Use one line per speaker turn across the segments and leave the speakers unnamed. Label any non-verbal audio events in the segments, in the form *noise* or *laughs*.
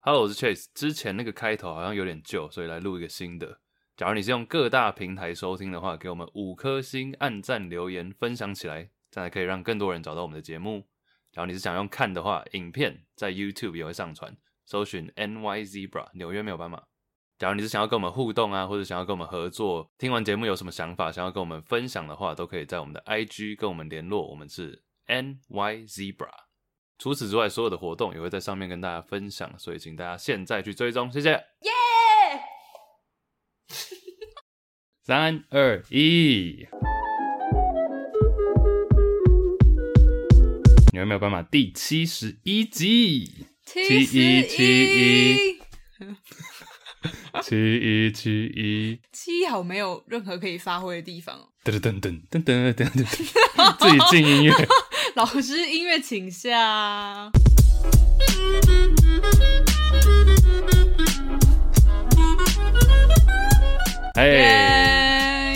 Hello，我是 Chase。之前那个开头好像有点旧，所以来录一个新的。假如你是用各大平台收听的话，给我们五颗星、按赞、留言、分享起来，这样才可以让更多人找到我们的节目。假如你是想用看的话，影片在 YouTube 也会上传，搜寻 NY Zebra 纽约没有斑马。假如你是想要跟我们互动啊，或者想要跟我们合作，听完节目有什么想法，想要跟我们分享的话，都可以在我们的 IG 跟我们联络，我们是 NY Zebra。除此之外，所有的活动也会在上面跟大家分享，所以请大家现在去追踪，谢谢。
耶！
三二一，你有没有办法？第七十一集，
七
七一七
一
七一七一，
七一好没有任何可以发挥的地方哦。 *laughs*
噔噔噔噔噔噔噔噔，自己进音 *laughs* 乐。
老师，音乐请下。
哎，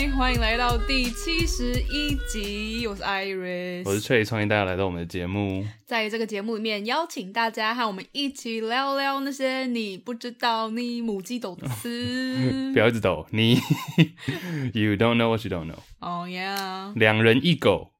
耶！欢迎来到第七十一集，我是 Iris，
我是翠，欢迎大家来到我们的节目。
在这个节目里面邀请大家和我们一起聊聊那些你不知道你母鸡懂的
*laughs*
词
不。要一直抖，你，You don't know what you don't know。
哦呀！
两人一狗，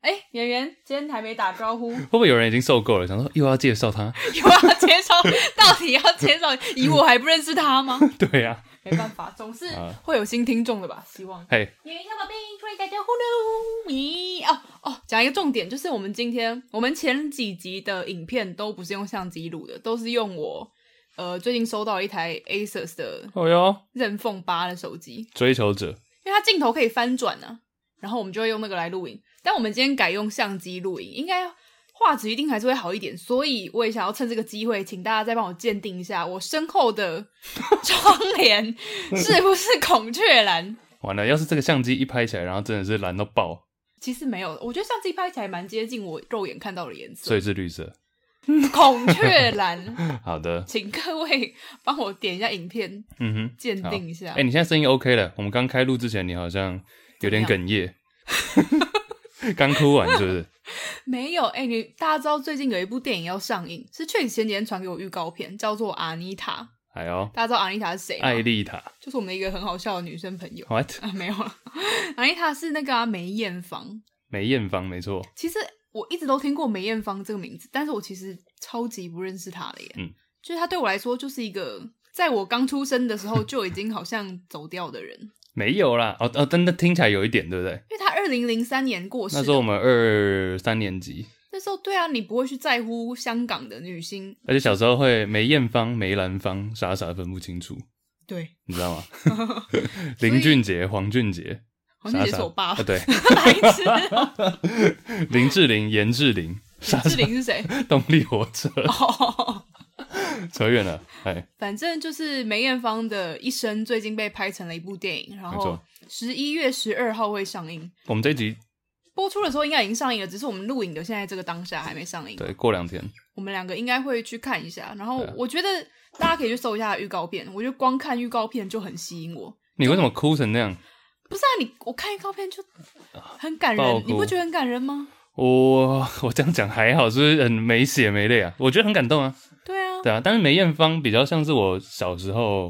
哎，圆圆今天还没打招呼， *laughs*
会不会有人已经受够了，想说又要介绍他？ *laughs*
又要介绍，到底要介绍？以我还不认识他吗？
对啊呀、
没办法，总是
啊
会有新听众的吧？希望。
嘿，
演员小宝贝，突然大家呼噜咦哦哦，讲一个重点，就是我们今天我们前几集的影片都不是用相机录的，都是用我呃最近收到一台 ASUS 的
哦哟，
刃凤八的手机，
追求者，
因为它镜头可以翻转啊，然后我们就会用那个来录影。但我们今天改用相机录影，应该画质一定还是会好一点，所以我也想要趁这个机会，请大家再帮我鉴定一下我身
*laughs*
后的窗帘是不是孔雀蓝。
完了，要是这个相机一拍起来，然后真的是蓝到爆，
其实没有，我觉得相机拍起来蛮接近我肉眼看到的颜
所
色，
以是绿色。
孔雀蓝。
好的，
请各位帮我点一下影片，
嗯哼。
鉴
好
定一下。
哎、你现在声音 OK 了？我们刚开录之前，你好像有点哽咽， *laughs* 刚哭完是不是？
没有，哎、你大家知道最近有一部电影要上映，是确实前几天传给我预告片，叫做《阿妮塔》。
哎呦，
大家知道阿妮塔是谁吗？
艾丽塔
就是我们的一个很好笑的女生朋友
，what？
啊，没有了。 *laughs* 阿妮塔是那个、啊、梅艳芳。
梅艳芳，没错，
其实我一直都听过梅艳芳这个名字，但是我其实超级不认识她的耶。
嗯，
就是她对我来说就是一个在我刚出生的时候就已经好像走掉
*laughs*
的人，因
没有啦。哦哦，真的听起来有一点，对不对？
为她二零零三年过世的。
那时候我们二三年级，
那时候对啊，你不会去在乎香港的女星，
而且小时候会梅艳芳、梅兰芳，傻傻分不清楚，
对，
你知道 *laughs* 吗？林俊杰、黄俊杰，
黄俊杰
傻
是
傻
我爸
啊，，对，
*laughs* 白痴哦。
*laughs* 林志玲、严志玲、 *laughs* 傻
志玲是谁？
动力火车，
哦
扯远了。哎，
反正就是梅艳芳的一生最近被拍成了一部电影，然
没
后
错
十一月十二号会上映。
我们这一集
播出的时候应该已经上映了，只是我们录影的现在这个当下还没上映。
对过两天，
我们两个应该会去看一下。然后
对啊
我觉得大家可以去搜一下预告片，我觉得光看预告片就很吸引我。
你为什么哭成那样？
不是啊，你我看预告片就很感
爆
人，
哭
你不觉得很感人吗？
我 *laughs* 我这样讲还好，是不是很没血没泪啊？我觉得很感动啊，
对啊，
对啊。但是梅艳芳比较像是我小时候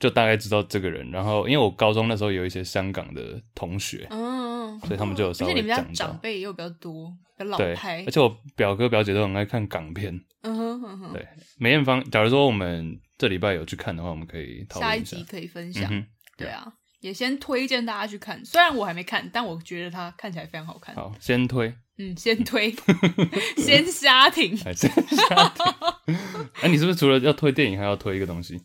就大概知道这个人，然后因为我高中那时候有一些香港的同学，
嗯，
所以他们就有
而
稍微
且你们家
讲
长
到。
辈又比较多，比较老
对，
派
而。且我表哥表姐都很爱看港片。
嗯哼嗯哼，
对梅艳芳，假如说我们这礼拜有去看的话，我们可以讨
下
论
一
一下。
集可以分
嗯
享。
哼，
对啊，也先推荐大家去看。虽然我还没看，但我觉得它看起来非常好看。
好，先推。
嗯，先 *laughs* 推，先瞎停。
哎，这下题 *laughs* 哎，你是不是除了要推电影，还要推一个东西？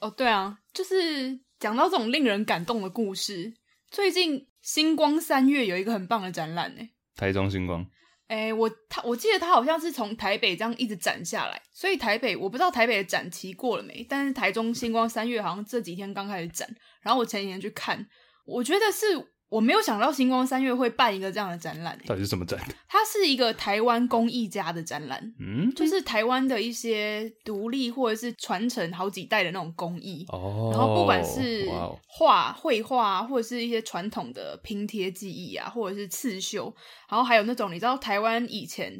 哦，对啊，就是讲到这种令人感动的故事，最近星光三月有一个很棒的展览呢。
台中星光，
哎，我他我记得他好像是从台北这样一直展下来，所以台北我不知道台北的展期过了没，但是台中星光三月好像这几天刚开始展，然后我前几天去看，我觉得是我没有想到星光三月会办一个这样的展览诶，
到底是什么展？
它是一个台湾工艺家的展览，
*laughs* 嗯，
就是台湾的一些独立或者是传承好几代的那种工艺。
哦，
然后不管是
哇哦，
画、绘画，啊或者是一些传统的拼贴技艺啊，或者是刺绣，然后还有那种你知道台湾以前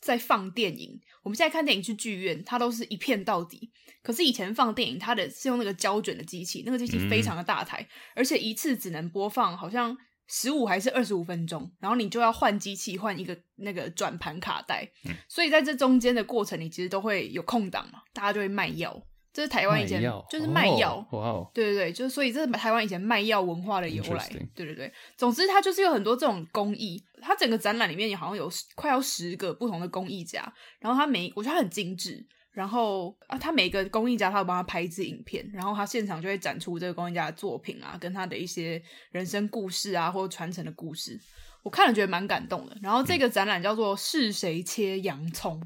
在放电影，我们现在看电影去剧院，它都是一片到底。可是以前放电影，它的是用那个胶卷的机器，那个机
嗯
器非常的大台，而且一次只能播放好像十五还是二十五分钟，然后你就要换机器，换一个那个转盘卡带。所以在这中间的过程，你其实都会有空档嘛，大家就会卖药。这是台湾以前就是卖药，
哦哇哦，
对对对，就是所以这是台湾以前卖药文化的由来
Interesting。
对对对，总之它就是有很多这种工艺，它整个展览里面有好像有十快要十个不同的工艺家，然后它每我觉得它很精致，然后啊，它每个工艺家他有帮他拍一支影片，然后他现场就会展出这个工艺家的作品啊，跟他的一些人生故事啊，或传承的故事。我看了觉得蛮感动的，然后这个展览叫做“是谁切洋葱”，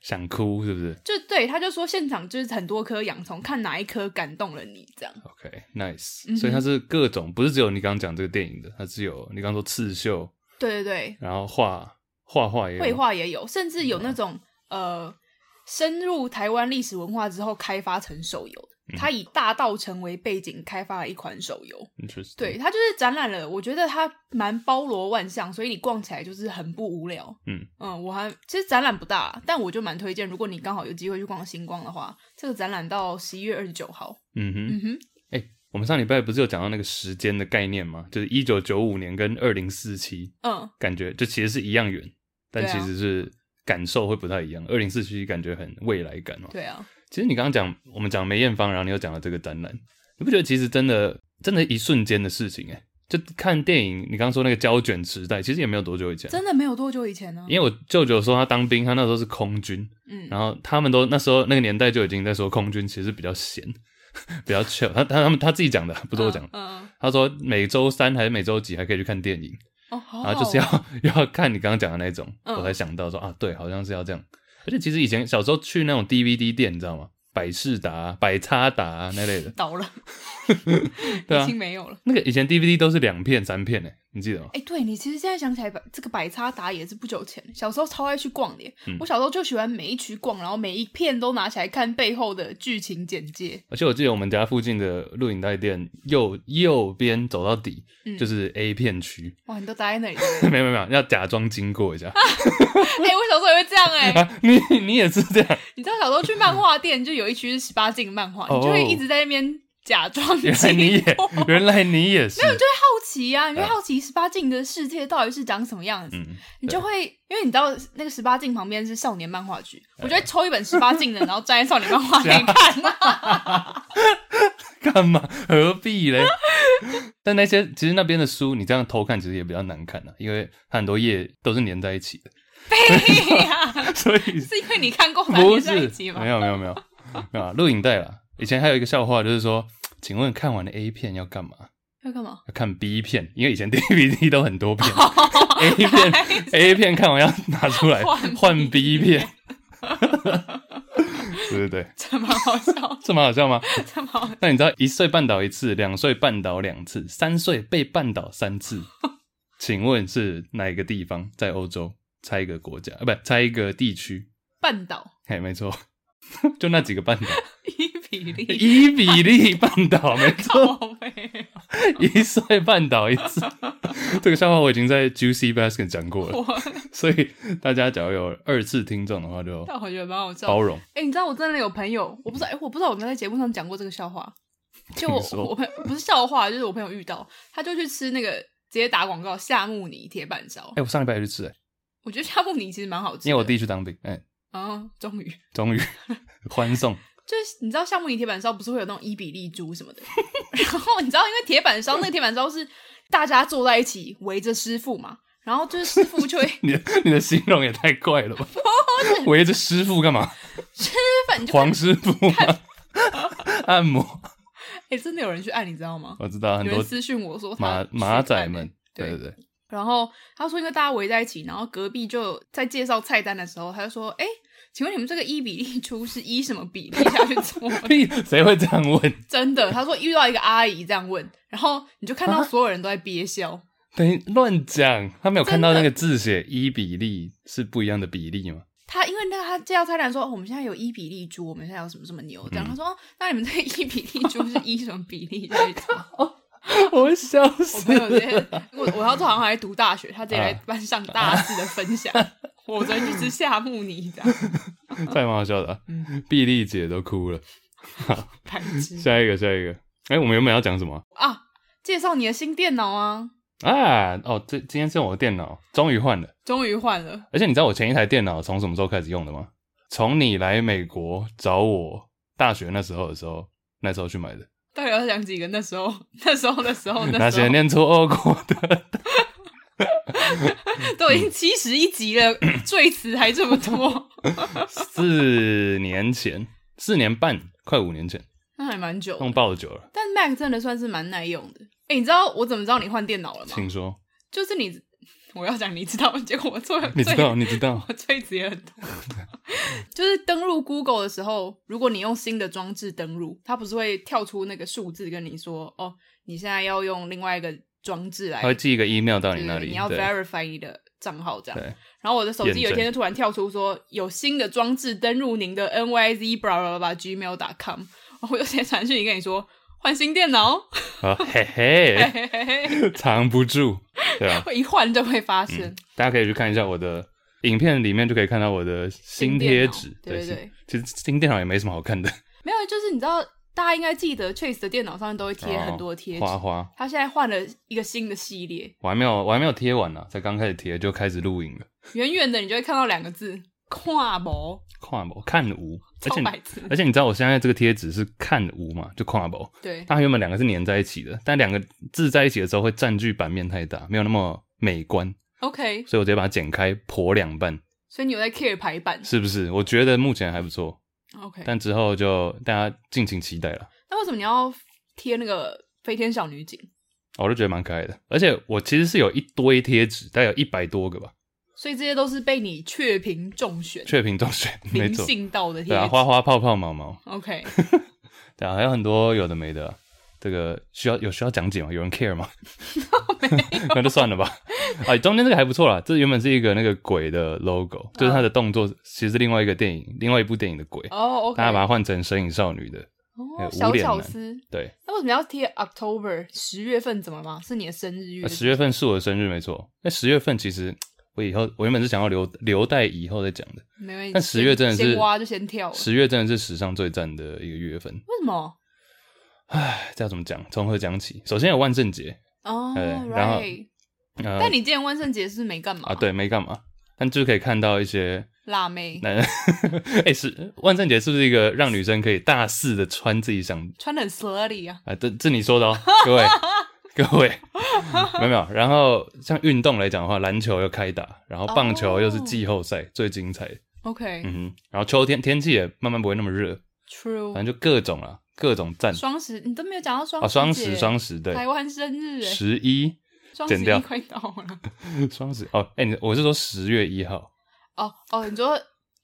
想哭是不是
就对，他就说现场就是很多颗洋葱，看哪一颗感动了你这样。
？OK，nice、
嗯哼
所以它是各种，不是只有你刚刚讲这个电影的，它是有你刚刚说刺绣，
对对
然后画画画也
对，
有，
绘画也有，甚至有那种
嗯
呃深入台湾历史文化之后开发成手游
嗯
的，他以大稻城为背景开发了一款手游。
，interesting，
对，，他就是展览了，我觉得他蛮包罗万象，所以你逛起来就是很不无聊。
嗯
嗯，我还其实展览不大，但我就蛮推荐，如果你刚好有机会去逛星光的话，这个展览到十一月二十九号。
嗯哼。
嗯哼，
哎、我们上礼拜不是有讲到那个时间的概念吗？就是一九九五年跟二零四七，
嗯，
感觉就其实是一样远，但
对啊
其实是感受会不太一样。二零四七感觉很未来感哦。
对啊，
其实你刚刚讲我们讲梅艳芳，然后你又讲了这个展览，你不觉得其实真的真的一瞬间的事情哎、就看电影，你刚刚说那个胶卷时代，其实也没有多久以前。
真的没有多久以前呢、
因为我舅舅说他当兵，他那时候是空军，
嗯
然后他们都那时候那个年代就已经在说空军其实比较闲， *laughs* 比较 chill 他。他他们他自己讲的，不是我讲的。
嗯，嗯
他说每周三还是每周几还可以去看电影，
哦，好
然后啊就是
好哦
要 *laughs* 要看你刚刚讲的那种，
嗯，
我才想到说啊，对，好像是要这样。而且其实以前小时候去那种 DVD 店，你知道吗？百事达、百差达那类的
*laughs* 倒了，
对
已
啊
经，没有了。
那个以前 DVD 都是两片、三片呢，你记得吗？
哎、对你其实现在想起来，百这个百差达也是不久前，小时候超爱去逛的耶。
嗯
我小时候就喜欢每一区逛，然后每一片都拿起来看背后的剧情简介。
而且我记得我们家附近的录影带店右右边走到底、
嗯
就是 A 片区，
哇，你都待在那里，对不
没有没有没有，要假装经过一下。 *laughs*
对哎、我小时候也会这样哎、
啊、你你也是这样，
你知道小时候去漫画店，就有一区是十八禁漫画，你就会
哦
一直在那边假装
原来你
经
也
过好
原来你也是，
奇啊，你会
啊
好奇十八禁的世界到底是长什么样子。
嗯，
你就会，因为你知道那个十八禁旁边是少年漫画局，我就会抽一本十八禁的，然后站在少年
*laughs*
漫
啊
画那里看、啊
干嘛？何必嘞？ *laughs* 但那些其实那边的书，你这样偷看其实也比较难看啊，因为它很多页都是粘在一起的，
*laughs*
*laughs*
对呀、
所以
是因为你看过《蓝
不
天在一起》
是没
吗？
有没有没有没有啊录影带啦。以前还有一个笑话就是说，请问看完 A 片要干嘛？
要干嘛？
要看 B 片，因为以前 *laughs* DVD 都很
*laughs*
多片，A 片 A 片看完要拿出来
换
换 B
*laughs*
片，对对对，
这蛮好笑，
这蛮好笑吗？
这蛮
*laughs*
好笑。
那你知道一岁半倒一次，两岁半倒两次，三岁被绊倒三次，请问是哪一个地方？在欧洲？猜一个国家，啊，不，猜一个地区。
半岛
嘿，没错， *laughs* 就那几个半岛，
一比 *laughs* 例，
伊比利半岛，没
*laughs*
错，
靠背，
一岁半倒一次。 *laughs* 这个笑话我已经在 Juicy Basket 讲过了，
我
所以大家假如有二次听众的话，就
但我觉得蛮好笑
包。容。
哎、你知道我真的有朋友，我不知道，哎、我不知道我们在节目上讲过这个
*laughs*
笑话。就我
听说
我朋不是笑话，就是我朋友遇到，他就去吃那个直接打广告夏目尼铁板
*laughs*
烧。
哎、我上礼拜也去吃、哎，
我觉得夏目尼其实蛮好吃的。
因为我弟去当兵，哎、
啊，终于
终于欢送。
就是你知道夏目尼铁板烧不是会有那种伊比利猪什么的，然后你知道因为铁板烧那个铁板烧是大家坐在一起围着师傅嘛，然后就是师傅就会 *laughs*
你的 *laughs* 你的形容也太怪了吧！围着师傅干嘛？
反正就
黄师傅吗？ *laughs* 按摩，
哎、真的有人去按，你知道吗？
我知道很
有
多
人私讯我说他
马
去按
马仔们，对
对
对对，
然后他说因为大家围在一起，然后隔壁就在介绍菜单的时候，他就说：“哎、请问你们这个一比例出是一什么比例下去做？” *laughs*
屁，谁会这样问？
真的，他说遇到一个阿姨这样问，然后你就看
啊
到所有人都在憋笑。
等于乱讲，他没有看到
真的
那个字写一比例是不一样的比例吗？
他因为那个他介绍菜单说、哦我们现在有一比例猪，我们现在有什么什么牛这样。
嗯
他说、哦那你们这个一比例猪是一什么比例下去
*laughs*
做？
我会笑
我
死
朋！友直接，我我要做好像还读大学，他直接来
啊
班上大四的分享。 *laughs* 我昨天就只吓唬你这样，
*laughs* 太蛮好笑的啊、
嗯，
碧丽姐都哭了。
白痴
下一个，下一个。哎、我们原本要讲什么
啊！介绍你的新电脑啊，
啊？哦，这今天是我的电脑终于换了，
终于换了，
而且你知道我前一台电脑从什么时候开始用的吗？从你来美国找我大学那时候的时候，那时候去买的。
到底要讲几个？那时候，那时候，那时候，
嗯那
那时
些
候，
念出恶果
*laughs*
的，
都
嗯
已经七十一集了，赘词还这么多， *laughs*
四年前，四年半，快五年前，
那还蛮久的。
弄爆久了。
但 Mac 真的算是蛮耐用的。哎、你知道我怎么知道你换电脑了吗？
请说，
就是你，我要讲你知道，结果我做了
你知道，你
最
知道，
我最直接很多， *laughs* 就是登录 Google 的时候，如果你用新的装置登录，它不是会跳出那个数字跟你说，哦，你现在要用另外一个装置来
他，会寄一个 email 到你
对对
那
对
里，
你要
对
verify 你的账号这样。
对，
然后我的手机有一
验
天
证
就突然跳出说，有新的装置登入您的 NYZ blah blah blah gmail.com，然后 *laughs* 我就先传讯息跟你说换新电脑， *laughs*
好，啊嘿嘿，
嘿嘿嘿嘿
藏不住，对吧？
一换就会发生。
大家可以去看一下我的影片，里面就可以看到我的新贴纸
新。电脑对对对
新其实新电脑也没什么好看的，
没有，就是你知道，大家应该记得 Chase 的电脑上面都会贴很多贴纸。
哦花花，
他现在换了一个新的系列，
我还没有，我还没有贴完呢、才刚开始贴就开始录影了，
远远的你就会看到两个字“跨模
看不看无，”，而
超
且
白字。
而且你知道我现在这个贴纸是看无嘛，就看不，
对，
它原本两个是粘在一起的，但两个字在一起的时候会占据版面太大，没有那么美观，
OK，
所以我直接把它剪开，剖两半，
所以你有在 care 排版
是不是？我觉得目前还不错，
？OK，
但之后就大家敬请期待了。
那为什么你要贴那个飞天小女警？
我就觉得蛮可爱的。而且我其实是有一堆贴纸，大概有一百多个吧，
所以这些都是被你确评中选、
确评中选，没
灵
错，
性到的贴
对啊，花
纸。
花泡泡毛毛， *laughs*
OK，
对啊，还有很多有的没的啊、这个需要有需要讲解吗？有人 care
*laughs*
吗？ *laughs* 那就算了吧。啊，中间这个还不错啦，这原本是一个那个鬼的
嗯
logo，就是它的动作其实是另外一个电影，另外一部电影的鬼，
哦，OK，
大家把它换成《身影少女》的，哎
哦
无，
小
脸
巧
男
思。
对，
那为什么要贴 October 十月份？怎么了吗？是你的生日月？
呃啊十月份是我的生日没错。那十月份其实我以后我原本是想要留留待以后再讲的，
没问题。
但十月真的是
先挖就先跳了。
十月真的是史上最赞的一个月份。
为什么？
唉，这要怎么讲？从何讲起？首先有万圣节，
哦、
对
r
然后
i g h t
呃
但你今年万圣节是没干嘛
啊，，对，没干嘛，但就是可以看到一些
辣妹
男， *laughs* 哎、是万圣节是不是一个让女生可以大肆的穿自己想
穿的很 slutty 啊，
啊？这这你说的哦，各位各位，没有没有。然后像运动来讲的话，篮球又开打，然后棒球又是
哦
季后赛、最精彩的，嗯
OK，True，、
哼。然后秋天天气也慢慢不会那么热，反正就各种啊，各种赞
双十你都没有讲到双
啊，双
节
十双十对，
台湾生日哎，
十一
双
剪
十
掉
一快到了。
双十哦，哎、你我是说十月一号，
哦哦，你说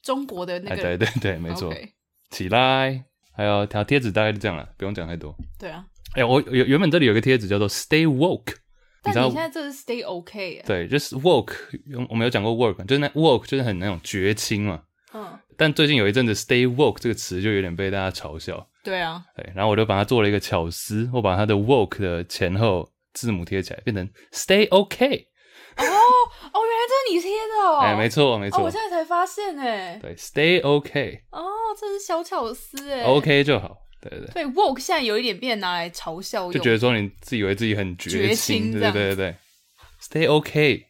中国的那
哎，
个、
对对对，没错
OK，
起来，还有条贴纸大概就这样了，不用讲太多。
对啊。
哎、我原原本这里有个贴纸叫做 “Stay Woke”，
但
知
你
道
现在这是 Stay OK 哎，
对，就是 woke，用我们有讲过 work，就是那 woke 就是很那种绝清嘛。
嗯，
但最近有一阵子 “Stay Woke” 这个词就有点被大家嘲笑，
对啊，
对，然后我就把它做了一个巧思，我把它的 “woke” 的前后字母贴起来，变成 “Stay OK”。
哦，原来这是你贴的哦，
哎、没错没
哦，
错，
我现在才发现哎，
对，“Stay OK”，OK、
哦，这是小巧思哎
OK 就好，对对对。
对，woke 现在有一点变拿来嘲笑用，
就觉得说你自以为自己很绝
绝情
对
这
对
样
对对对，Stay OK。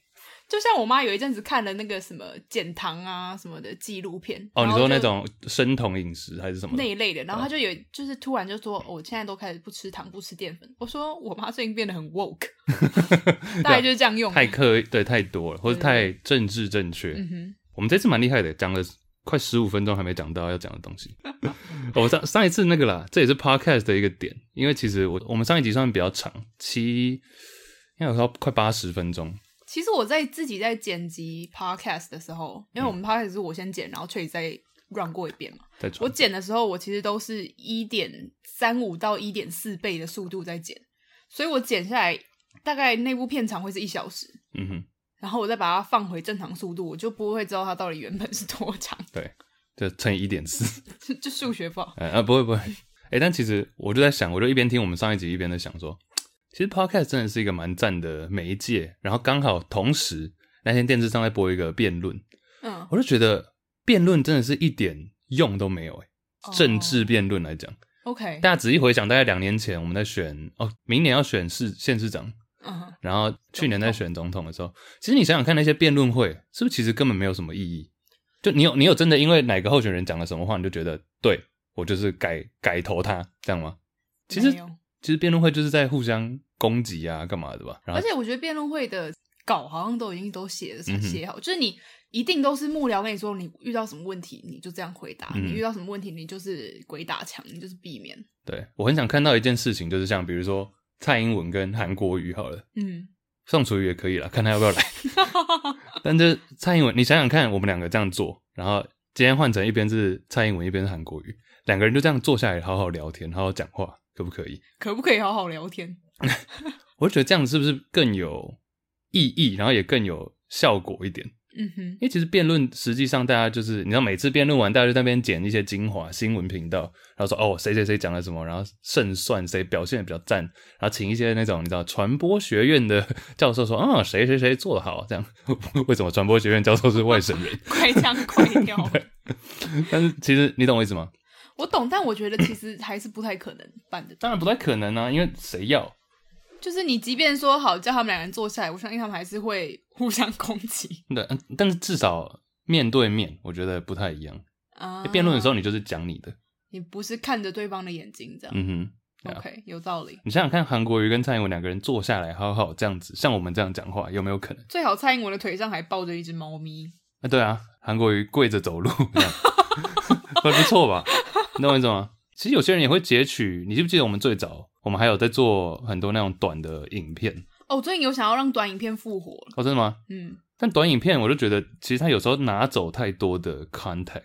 就像我妈有一阵子看了那个什么减糖啊什么的纪录片，
哦，你
然后
说那
就
种嗯生酮饮食还是什么
那
的？
一类的，然后她就有就是突然就说，哦我、现在都开始不吃糖，不吃淀粉。我说我妈最近变得很
*laughs*
woke，大概就是这样用。
太刻意，对，太多了，或者太政治正确。
嗯哼，
我们这次蛮厉害的，讲了快十五分钟还没讲到要讲的东西。 *laughs* 哦我上上一次那个啦，这也是 Podcast 的一个点，因为其实我我们上一集算比较长，七，应该有到快八十分钟。
其实我在自己在剪辑 podcast 的时候，因为
嗯
我们 podcast 是我先剪，然后 Trey 再 run 过一遍嘛。
在
我
传
剪的时候，我其实都是一点三五到一点四倍的速度在剪，所以我剪下来大概那部片长会是一小时。
嗯哼，
然后我再把它放回正常速度，我就不会知道它到底原本是多长， *laughs*
对，就乘以一点四。
就就数学不好。
呃啊，不会不会， *laughs* 哎、但其实我就在想，我就一边听我们上一集，一边在想说，其实 podcast 真的是一个蛮赞的媒介。然后刚好同时那天电视上在播一个辩论，
嗯
*laughs* 我就觉得辩论真的是一点用都没有、欸，
哦
政治辩论来讲，
OK，
大家仔细回想，大概两年前我们在选哦，明年要选市县市长，
嗯，
然后去年在选总统的时候，其实你想想看，那些辩论会是不是其实根本没有什么意义？就你有你有真的因为哪个候选人讲了什么话，你就觉得对我就是改改投他这样吗？其实
没有
其实辩论会就是在互相攻击啊，干嘛的吧？然
而
后
且我觉得辩论会的稿好像都已经都写了
嗯哼
写好，就是你一定都是幕僚跟你说你遇到什么问题你就这样回答，
嗯
你遇到什么问题你就是鬼打墙，你就是避免。
对我很想看到一件事情，就是像比如说蔡英文跟韩国瑜好了，
嗯，
宋楚瑜也可以了，看他要不要来。但这蔡英文，你想想看，我们两个这样做，然后今天换成一边是蔡英文，一边是韩国瑜，两个人就这样坐下来，好好聊天，好好讲话，可不可以？
可不可以好好聊天？
我就觉得这样是不是更有意义，然后也更有效果一点？
嗯哼，
因为其实辩论实际上大家就是，你知道每次辩论完，大家就在那边剪一些精华新闻频道，然后说哦谁谁谁讲了什么，然后胜算谁表现的比较赞，然后请一些那种你知道传播学院的教授说啊谁谁谁做的好，这样 *laughs* 为什么传播学院教授是外省人？ *laughs*
快腔快调。
但是其实你懂我意思吗？
我懂，但我觉得其实还是不太可能办得到。
当然不太可能啊，因为谁要？
就是你即便说好叫他们两个人坐下来，我相信他们还是会互相攻击
对，嗯但是至少面对面，我觉得不太一样。
啊。
辩论的时
候，
候你就是讲你的，
你不是看着对方的眼睛这样、
嗯哼。对啊
o k 有道理。
你想想看，韩国瑜跟蔡英文两个人坐下来，好好这样子，像我们这样讲话，有没有可能？
最好蔡英文的腿上还抱着一只猫咪，
啊，对啊，韩国瑜跪着走路，这样 *laughs* 还不错吧？你懂我意思吗？其实有些人也会截取，你记不记得我们最早，我们还有在做很多那种短的影片？
哦，我最近有想要让短影片复活了。
哦，真的吗？
嗯，
但短影片我就觉得，其实它有时候拿走太多的 context，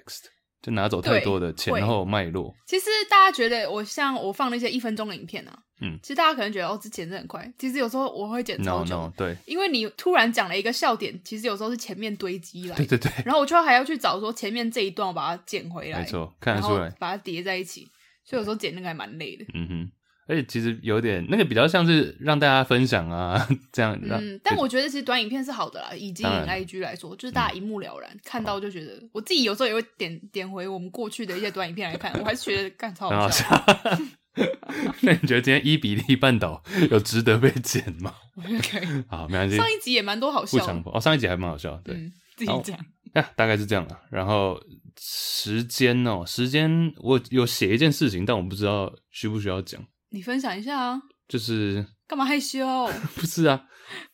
就拿走太多的前后脉络。
其实大家觉得我像我放那些一分钟的影片啊，
嗯
其实大家可能觉得哦，这剪的很快，其实有时候我会剪超
No
久
no，对
因为你突然讲了一个笑点，其实有时候是前面堆积来
对 *laughs*
的，
对对，
然后我就还要去找说前面这一段我把它剪回来，
没错，看
然
得
后
出来。
把它叠在一起，所以有时候剪那个还蛮累的。
嗯哼，而且其实有点那个比较像是让大家分享啊， *laughs* 这样让。
嗯，但我觉得其实短影片是好的啦，以经营
当然嗯
IG 来说，就是大家一目了然，看到就觉得，我自己有时候也会点点回我们过去的一些短影片来看，我还是觉得干超
很
好
好
笑
笑
的。。
*laughs* 那你觉得今天伊比利半岛有值得被剪吗？ *laughs*
我觉得可以。
好，没关系，
上一集也蛮多好
不
笑
强
的，
迫。哦，上一集还蛮好笑，对，
嗯，自己
好
讲。
啊，大概是这样了。然后时间哦，时间我有写一件事情，但我不知道需不需要讲，
你分享一下啊，
就是 *laughs*
干嘛害羞？
不是啊？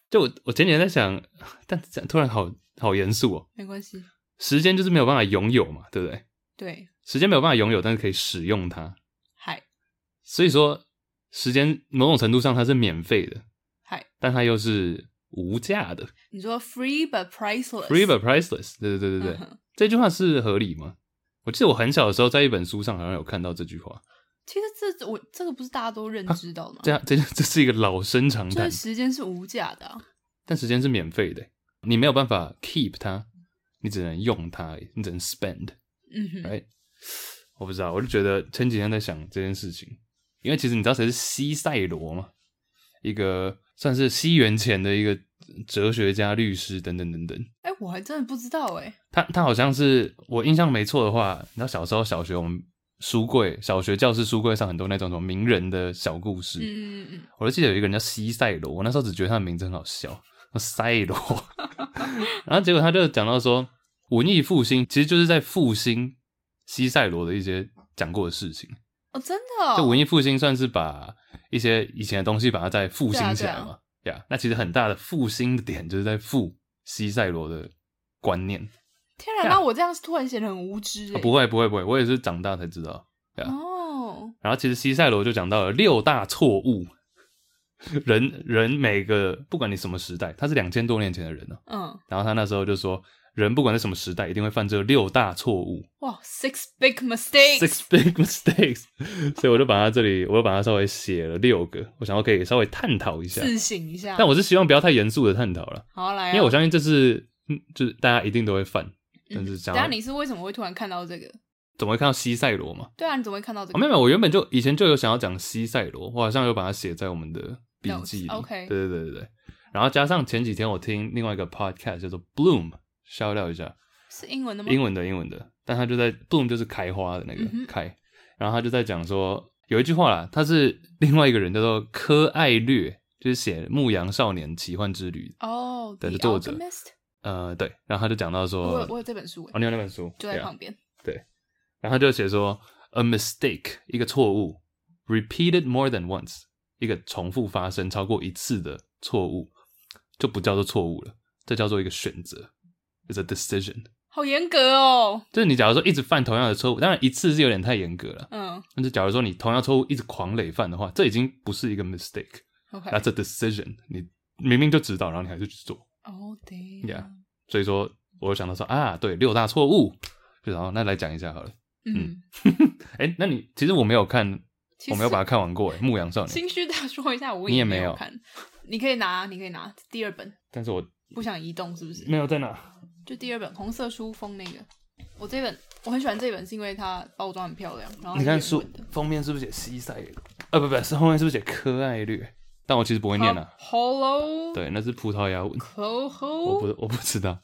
就我我前几天在想，但讲突然好好严肃哦，
没关系，
时间就是没有办法拥有嘛，对不对？
对，
时间没有办法拥有，但是可以使用它，
嗨
所以说时间某种程度上它是免费的，
嗨，
但它又是无价的。
你说 free but priceless。
Free but priceless，对对对对对，
嗯哼
这句话是合理吗？我记得我很小的时候在一本书上好像有看到这句话，
其实这我这个不是大家都认知到的吗
啊这？样这这是一个老生常
就
谈
哦是，时间是无价的啊，
但时间是免费的，你没有办法 keep 它，你只能用它，你只能 spend。
嗯哼，
right？我不知道，我就觉得前几天在想这件事情，因为其实你知道谁是西塞罗吗？一个算是西元前的一个哲学家、律师等等等等。
哎，我还真的不知道哎，
他他好像是我印象没错的话，你知道小时候小学我们书柜，小学教室书柜上很多那种什么名人的小故事，
嗯嗯嗯
我就记得有一个人叫西塞罗，我那时候只觉得他的名字很好笑，塞罗。 *laughs* 然后结果他就讲到说，文艺复兴其实就是在复兴西塞罗的一些讲过的事情。
哦，真的哦，
就文艺复兴算是把一些以前的东西把它再复兴起来
对啊
嘛，呀、那其实很大的复兴的点就是在复西塞罗的观念。
天
*laughs*
然，
对啊
那我这样突然显得很无知
啊
哎，
不啊会不会不会，我也是长大才知道。
哦，
然后其实西塞罗就讲到了六大错误， *laughs* 人人每个不管你什么时代，他是两千多年前的人呢、啊
嗯，
然后他那时候就说，人不管在什么时代，一定会犯这六大错误
哇，six big mistakes，
six big mistakes。所以我就把它这里，我就把它稍微写了六个，我想要可以稍微探讨一下。
自省一下。
啊但我是希望不要太严肃的探讨了，
好来啊，
因为我相信这是，嗯就是大家一定都会犯。但是想
嗯等一
要
下你是为什么会突然看到这个？
怎么会看到西塞罗嘛？
对啊，你怎么会看到这
哦，
个？
没有，没有，我原本就以前就有想要讲西塞罗，我好像有把它写在我们的笔记里。
Notes, OK
对对对
是英文的吗？
英文的英文的，但他就在 bloom 就是开花的那个、
嗯哼
开，然后他就在讲说有一句话啦，他是另外一个人叫做柯艾略，就是写《牧羊少年奇幻之旅》
哦，
对
The
作者
Alchemist，
呃对，然后他就讲到
我有
说，
我有这本书耶欸
哦，你有那本书
就在
yeah
旁边。
然后他就写说 a mistake 一个错误，repeated more than once 一个重复发生超过一次的错误，就不叫做错误了，这叫做一个选择，is a decision。
好严格哦，
就是你假如说一直犯同样的错误，当然一次是有点太严格了。
嗯
但是假如说你同样错误一直狂累犯的话，这已经不是一个 mistake，that's
，OK，
a decision。你明明就知道，然后你还是去做，
哦对
Yeah 所以说我就想到说啊，对，六大错误。就然后那来讲一下好了。
嗯，
哎，那你其实我没有看，
其实
我没有把它看完过，哎，《牧羊少年》，
心虚的说一下，我
你也
没
没有
看，你可以拿，你可以拿第二本，
但是我
不想移动是不是？
没有在哪。
就第二本红色书封那个，我这本我很喜欢这本，是因为它包装很漂亮，然后
你
它
看
是
书
原文的
封面是不是写西塞？呃，不不，是后面是不是写科爱略？但我其实不会念啊。
，Hollow
对，那是葡萄牙文，
哦
我
Coho，
不我不知道。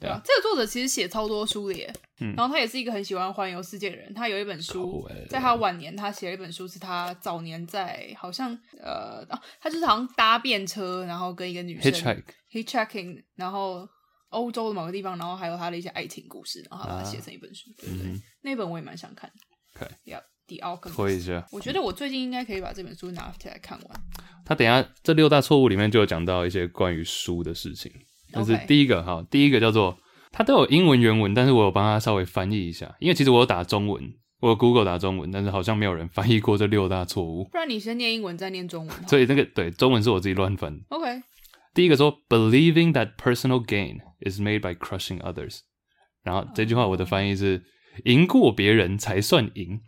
对啊，这个作者其实写超多书的耶，
嗯
然后他也是一个很喜欢环游世界的人。他有一本书
酷欸，
在他晚年，他写了一本书，是他早年在好像呃、啊，他就是好像搭便车，然后跟一个女生
Hitchhike
hitchhiking，然后欧洲的某个地方，然后还有他的一些爱情故事，然后他把它
啊
写成一本书，对不对？那本我也蛮想看的。
OK
y e p The Alchemist
推一下。
我觉得我最近应该可以把这本书拿起来看完。
他等一下这六大错误里面就有讲到一些关于书的事情，但是
OK
第一个哈，第一个叫做它都有英文原文，但是我有帮他稍微翻译一下，因为其实我有打中文，我有 Google 打中文，但是好像没有人翻译过这六大错误，
不然你先念英文，再念中文好了。
所以那个对中文是我自己乱翻。
OK，
第一个说 believing that personal gain is made by crushing others，然后这句话我的翻译是赢过别人才算赢，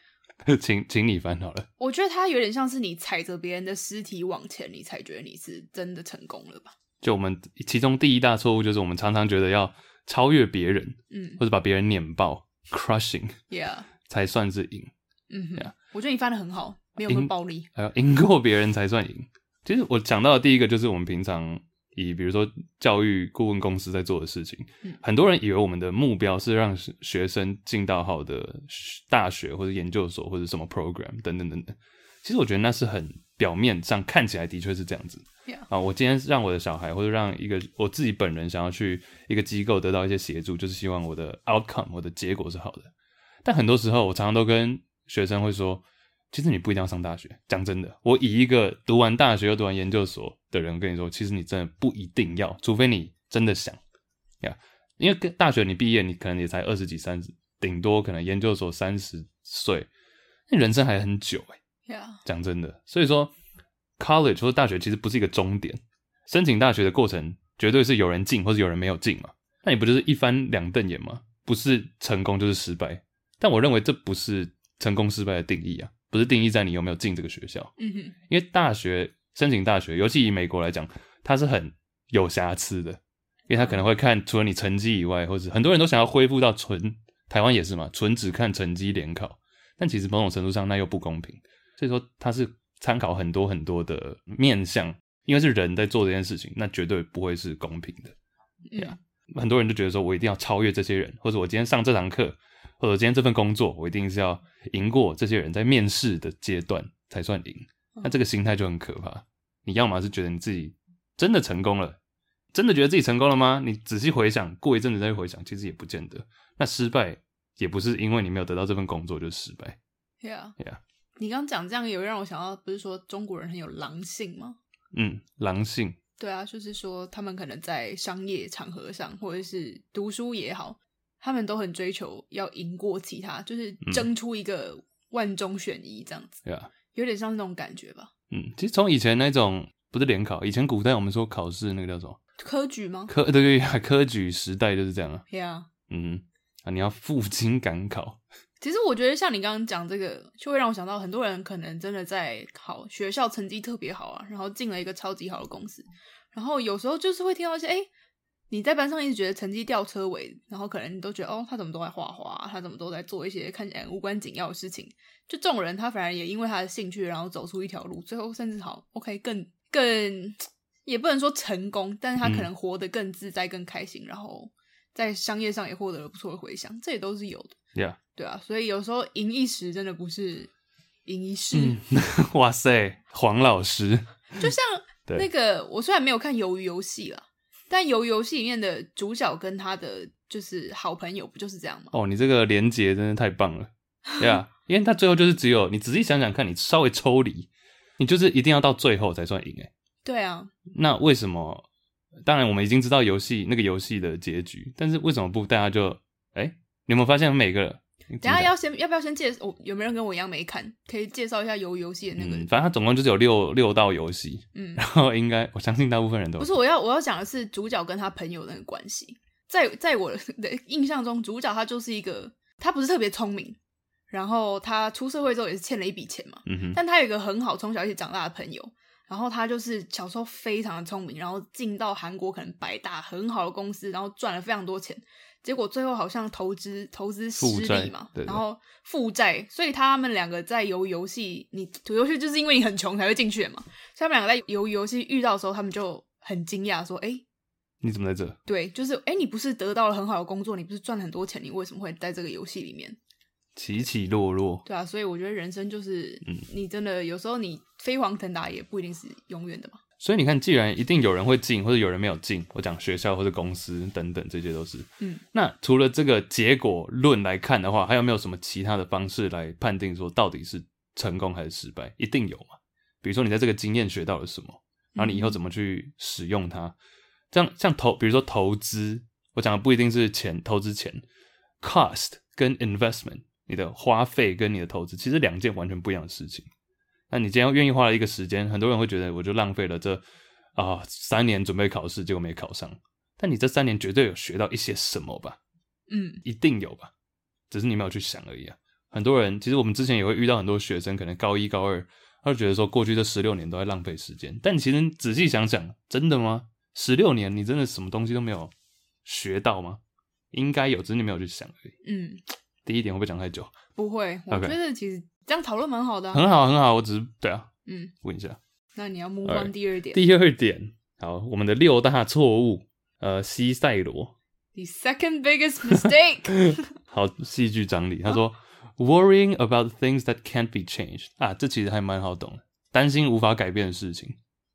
*laughs* 请请你翻好了。
我觉得它有点像是你踩着别人的尸体往前，你才觉得你是真的成功了吧？
就我们其中第一大错误就是我们常常觉得要超越别人，
嗯
或者把别人碾爆 （crushing）
，Yeah，
才算是赢，
嗯哼
Yeah
我觉得你翻的很好，没有那么暴力。
还要赢过别人才算赢。其实我讲到的第一个就是我们平常以比如说教育顾问公司在做的事情，
嗯
很多人以为我们的目标是让学学生进到好的学大学或者研究所或者什么 program 等等等等。其实我觉得那是很表面上看起来的确是这样子
Yeah
啊。我今天让我的小孩或者让一个我自己本人想要去一个机构得到一些协助，就是希望我的 outcome 我的结果是好的。但很多时候，我常常都跟学生会说，其实你不一定要上大学。讲真的，我以一个读完大学又读完研究所的人跟你说，其实你真的不一定要，除非你真的想呀。因为跟大学你毕业，你可能也才二十几、三十，顶多可能研究所三十岁，那人生还很久哎、
Yeah，
讲真的，所以说 college 或者大学其实不是一个终点，申请大学的过程绝对是有人进或者有人没有进嘛，那你不就是一翻两瞪眼吗？不是成功就是失败，但我认为这不是成功失败的定义啊，不是定义在你有没有进这个学校，
嗯哼，
因为大学申请大学，尤其以美国来讲，它是很有瑕疵的，因为它可能会看除了你成绩以外，或者很多人都想要恢复到纯台湾也是嘛，纯只看成绩联考，但其实某种程度上那又不公平，所以说它是参考很多很多的面向，因为是人在做这件事情，那绝对不会是公平的。
嗯
Yeah 很多人就觉得说我一定要超越这些人，或者我今天上这堂课，或者我今天这份工作，我一定是要赢过这些人，在面试的阶段才算赢。那这个心态就很可怕。你要么是觉得你自己真的成功了，真的觉得自己成功了吗？你仔细回想，过一阵子再去回想，其实也不见得。那失败也不是因为你没有得到这份工作就失败。
，Yeah，
Yeah
你刚刚讲这样，有让我想到，不是说中国人很有狼性吗？
嗯，狼性，
对啊，就是说他们可能在商业场合上，或者是读书也好，他们都很追求要赢过其他，就是争出一个万中选一这样子，
对吧？
有点像是那种感觉吧？
嗯，其实从以前那种不是联考，以前古代我们说考试那个叫什么
科举吗
科，对对对，科举时代就是这样啊。
？Yeah，
嗯啊，你要赴京赶考，
其实我觉得像你刚刚讲这个，就会让我想到很多人可能真的在考学校成绩特别好啊，然后进了一个超级好的公司，然后有时候就是会听到一些哎。诶你在班上一直觉得成绩吊车尾，然后可能你都觉得哦，他怎么都在画画啊、他怎么都在做一些看起来无关紧要的事情。就这种人，他反而也因为他的兴趣，然后走出一条路，最后甚至好 OK 更更也不能说成功，但是他可能活得更自在、更开心，然后在商业上也获得了不错的回响，这也都是有的，
，Yeah，
对啊，所以有时候赢一时真的不是赢一世，
嗯， *laughs* 哇塞，黄老师，
就像
对
那个，我虽然没有看《鱿鱼游戏》了，但《鱿鱼游戏》里面的主角跟他的就是好朋友，不就是这样吗？
哦，你这个连结真的太棒了，Yeah，因为他最后就是只有你仔细想想看，你稍微抽离，你就是一定要到最后才算赢，哎，
对啊，
那为什么？当然我们已经知道游戏那个游戏的结局，但是为什么不大家就哎、你有没有发现每个等
等一下要先要不要先介我、有没有人跟我一样没看？可以介绍一下《鱿鱼游戏》的那个
嗯，反正它总共就是有六六道游戏，
嗯
然后应该我相信大部分人都
不是，我要我要讲的是主角跟他朋友的那个关系。在在我的印象中，主角他就是一个他不是特别聪明，然后他出社会之后也是欠了一笔钱嘛。
嗯哼，
但他有一个很好从小一起长大的朋友，然后他就是小时候非常的聪明，然后进到韩国可能百大很好的公司，然后赚了非常多钱，结果最后好像投资投资失
负债
利嘛，
对对
然后负债，所以他们两个在游游戏，你游游戏就是因为你很穷才会进去的嘛，所以他们两个在游游戏遇到的时候，他们就很惊讶说，哎、
你怎么在这？
对，就是哎、你不是得到了很好的工作，你不是赚了很多钱，你为什么会在这个游戏里面？
起起落落，
对啊，所以我觉得人生就是，
嗯
你真的有时候你飞黄腾达也不一定是永远的嘛。
所以你看，既然一定有人会进，或者有人没有进，我讲学校或者公司等等，这些都是。
嗯，
那除了这个结果论来看的话，还有没有什么其他的方式来判定说到底是成功还是失败？一定有嘛？比如说你在这个经验学到了什么，然后
嗯
你以后怎么去使用它？这样像投，比如说投资，我讲的不一定是钱，投资钱，cost 跟 investment，你的花费跟你的投资，其实两件完全不一样的事情。那你今天愿意花了一个时间，很多人会觉得我就浪费了这啊、三年准备考试，结果没考上。但你这三年绝对有学到一些什么吧？
嗯
一定有吧，只是你没有去想而已啊。很多人其实我们之前也会遇到很多学生，可能高一高二，他就觉得说过去这十六年都在浪费时间，但其实你仔细想想，真的吗？十六年你真的什么东西都没有学到吗？应该有，只是你没有去想而已。
嗯，
第一点会不会讲太久？
不会，我
OK 嗯
觉得其实这样讨论蛮好的啊、
很好，很好，我只是对啊，
嗯，
问一下。
那你要 move
Alright
on 第二点
第二点，好，我们的六大错误，呃，西塞罗，
，the second biggest
*laughs*
mistake
好戏剧张力，他
嗯
说、worrying about things that can't be changed 啊，这其实还蛮好懂的，担心无法改变的事情，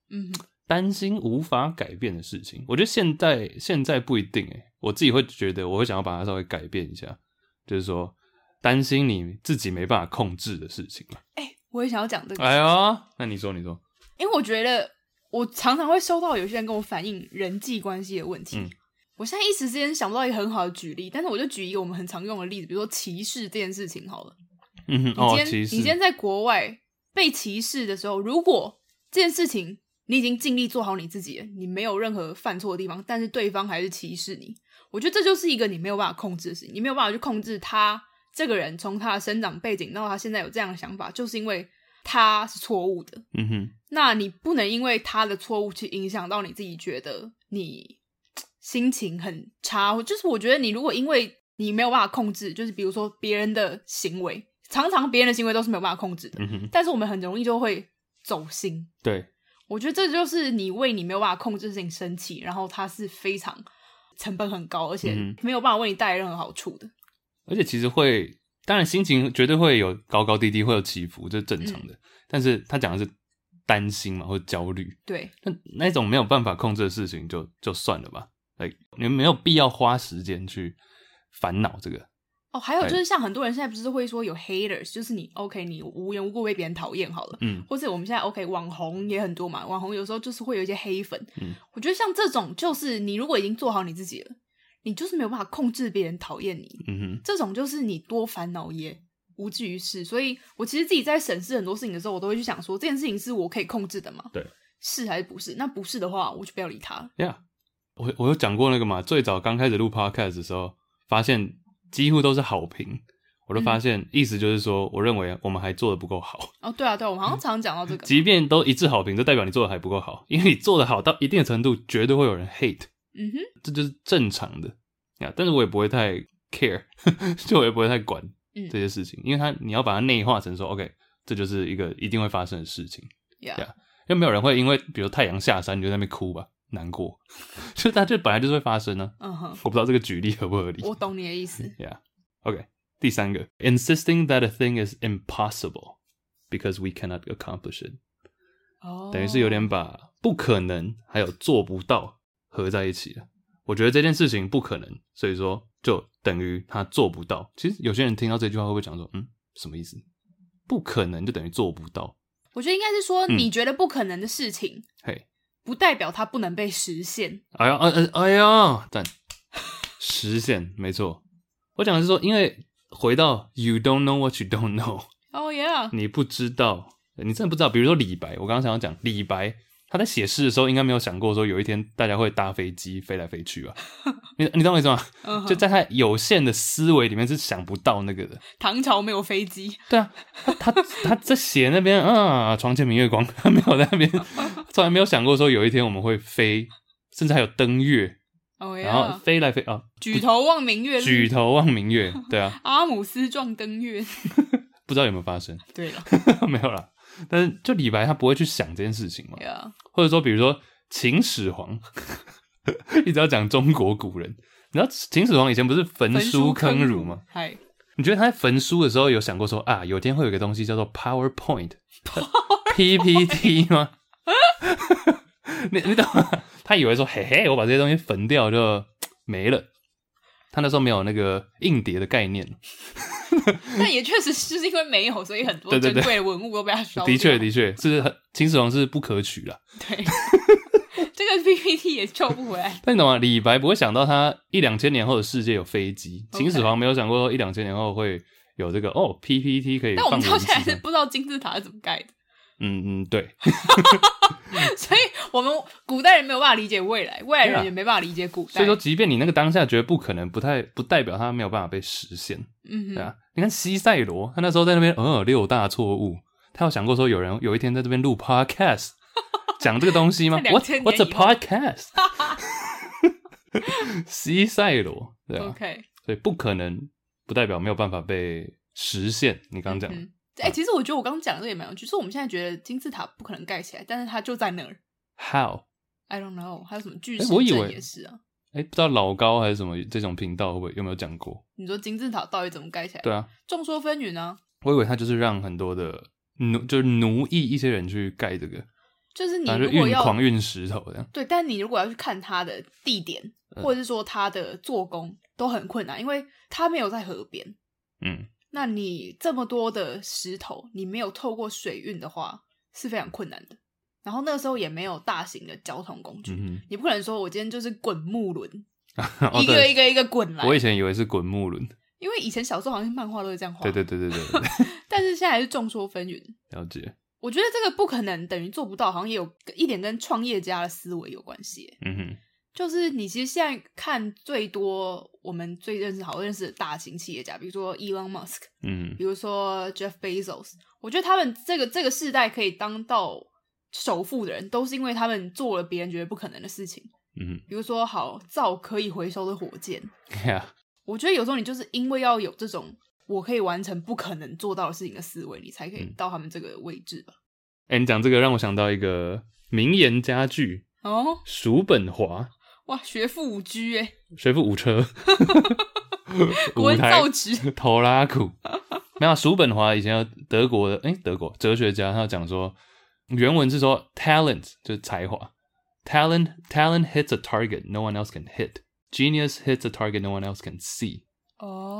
嗯。
担心无法改变的事情，我觉得现在现在不一定诶、我自己会觉得我会想要把它稍微改变一下，就是说担心你自己没办法控制的事情嘛。
哎、我也想要讲这个，
哎呦，那你说你说，
因为我觉得我常常会收到有些人跟我反映人际关系的问题。
嗯
我现在一时之间想不到一个很好的举例，但是我就举一个我们很常用的例子，比如说歧视这件事情好了。
嗯哼，
你今
哦，
天、
其
你
实
今天在国外被歧视的时候，如果这件事情你已经尽力做好你自己了，你没有任何犯错的地方，但是对方还是歧视你，我觉得这就是一个你没有办法控制的事情，你没有办法去控制他这个人从他的生长背景到他现在有这样的想法，就是因为他是错误的。
嗯哼，
那你不能因为他的错误去影响到你自己，觉得你心情很差。就是我觉得你如果因为你没有办法控制，就是比如说别人的行为，常常别人的行为都是没有办法控制的，
嗯哼，
但是我们很容易就会走心。
对，
我觉得这就是你为你没有办法控制的事情生气，然后它是非常成本很高，而且
嗯
没有办法为你带来任何好处的。
而且其实会，当然心情绝对会有高高低低，会有起伏，这是正常的。但是他讲的是担心嘛，或者焦虑，
对，
那那种没有办法控制的事情就就算了吧。哎，你没有必要花时间去烦恼这个。
哦，还有
哎
就是像很多人现在不是会说有 haters，就是你 OK，你无缘无故被别人讨厌好了。
嗯，
或者我们现在 OK 网红也很多嘛，网红有时候就是会有一些黑粉。
嗯，
我觉得像这种，就是你如果已经做好你自己了，你就是没有办法控制别人讨厌你，
嗯哼，
这种就是你多烦恼也无济于事。所以我其实自己在审视很多事情的时候，我都会去想说，这件事情是我可以控制的吗？
对，
是还是不是？那不是的话，我就不要理他了。
呀、我我有讲过那个嘛，最早刚开始录 podcast 的时候，发现几乎都是好评，我都发现、意思就是说，我认为我们还做的不够好。
哦，对啊，对啊，我们
嗯
好像常讲到这个，
即便都一致好评，这代表你做的还不够好，因为你做的好到一定的程度，绝对会有人 hate，
嗯哼，
这就是正常的呀。但是我也不会太 care，就我 *laughs* 也不会太管
嗯
这些事情，因为他你要把它内化成说，OK，这就是一个一定会发生的事情。
呀、
Yeah 因为没有人会因为比如太阳下山你就在那边哭吧，难过， *laughs* 就它这本来就是会发生呢、
嗯哼，
我不知道这个举例合不合理。
我懂你的意思。
Yeah. Okay. 第三个，insisting that a thing is impossible because we cannot accomplish it，、
哦，
等于是有点把不可能还有做不到合在一起了。我觉得这件事情不可能，所以说就等于他做不到。其实有些人听到这句话会不会讲说，嗯，什么意思？不可能就等于做不到。
我觉得应该是说，
嗯
你觉得不可能的事情，
嘿，
不代表它不能被实现。
哎呀，哎哎哎呀，赞，实现没错。我讲的是说，因为回到 you don't know what you don't know。
哦、yeah， *laughs*
你不知道，你真的不知道。比如说李白，我刚刚想要讲李白，他在写诗的时候，应该没有想过说有一天大家会搭飞机飞来飞去
*laughs*
吧？你你懂我意思吗？
嗯哼
就在他有限的思维里面是想不到那个的。
唐朝没有飞机，
对啊，他
*laughs*
他他在写那边啊，床前明月光， *laughs* 他没有在那
*laughs*
边，从来没有想过说有一天我们会飞，甚至还有登月，
哦、
然后
yeah，
飞来飞啊，
举头望明月，
举头望明月。对啊，
阿姆斯壮登月。
不知道有没有发生， *laughs*
对了
没有啦。但是就李白他不会去想这件事情嘛。
，Yeah，
或者说比如说秦始皇， *laughs* 一直要讲中国古人。你知道秦始皇以前不是焚书坑儒吗？？
嗨，
你觉得他在焚书的时候有想过说啊，有一天会有一个东西叫做 PowerPoint、PPT 吗？ *laughs* 你你懂吗？他以为说嘿嘿，我把这些东西焚掉就没了。他那时候没有那个硬碟的概念，
但也确实是因为没有，所以很多
对对
珍
对
贵的文物都被他烧掉。
的确的确是很秦始皇是不可取啦。
对，这个 PPT 也救不回来。
但你懂吗？李白不会想到他一两千年后的世界有飞机，
OK
秦始皇没有想过一两千年后会有这个哦 PPT 可以
但
放
我们
文
到现在还
字
是
的。
不知道金字塔是怎么盖的，
嗯嗯，对，
所以我们古代人没有办法理解未来，未来
对啊
人也没办法理解古代。
所以说即便你那个当下觉得不可能，不太不代表它没有办法被实现，对
嗯哼，
啊。你看西塞罗，他那时候在那边呃六大错误，他有想过说有人有一天在这边录
*laughs*
podcast 讲这个东西吗
在
？What
2000
What's a
年以后
podcast？西塞罗，对啊，
OK，
所以不可能不代表没有办法被实现。你刚刚讲的。
嗯，哎、其实我觉得我刚刚讲的这也蛮有趣，就是我们现在觉得金字塔不可能盖起来，但是它就在那儿。
How？
I don't know，还有什么巨
哎
石
我
阵
以为
也是啊。
哎、不知道老高还是什么这种频道会不会有没有讲过？
你说金字塔到底怎么盖起来？
对啊，
众说纷纭啊，
我以为他就是让很多的奴，就是奴役一些人去盖这个，
就是你
然后
如
就
果
运
要
狂运石头这样。
对，但你如果要去看它的地点，
嗯
或者是说它的做工，都很困难，因为它没有在河边。
嗯，
那你这么多的石头，你没有透过水运的话，是非常困难的。然后那个时候也没有大型的交通工具，
嗯
你不可能说我今天就是滚木轮，
哼， *laughs* 哦
一个
对
一个一个滚来
我。以前以为是滚木轮，
因为以前小时候好像漫画都是这样画，
对对对对对对，
*laughs*
对
但是现在还是众说纷纭。
了解。
我觉得这个不可能等于做不到，好像也有一点跟创业家的思维有关系耶。
嗯哼，
就是你其实现在看最多，我们最认识、好认识的大型企业家，比如说 Elon Musk，
嗯
比如说 Jeff Bezos，我觉得他们这个这个世代可以当到首富的人，都是因为他们做了别人觉得不可能的事情。
嗯
比如说，好造可以回收的火箭，
哼，呀，
我觉得有时候你就是因为要有这种我可以完成不可能做到的事情的思维，你才可以
嗯
到他们这个位置吧。
哎，你讲这个让我想到一个名言佳句，
哦，
叔本华。
哇，学富五居哎，
学富五车，
*laughs* 国
舞
文
台
造纸，
头拉苦。没有，叔本华以前有德国的，哎、德国哲学家，他有讲说，原文是说 talent 就是才华，talent talent hits a target no one else can hit，genius hits a target no one else can see。
哦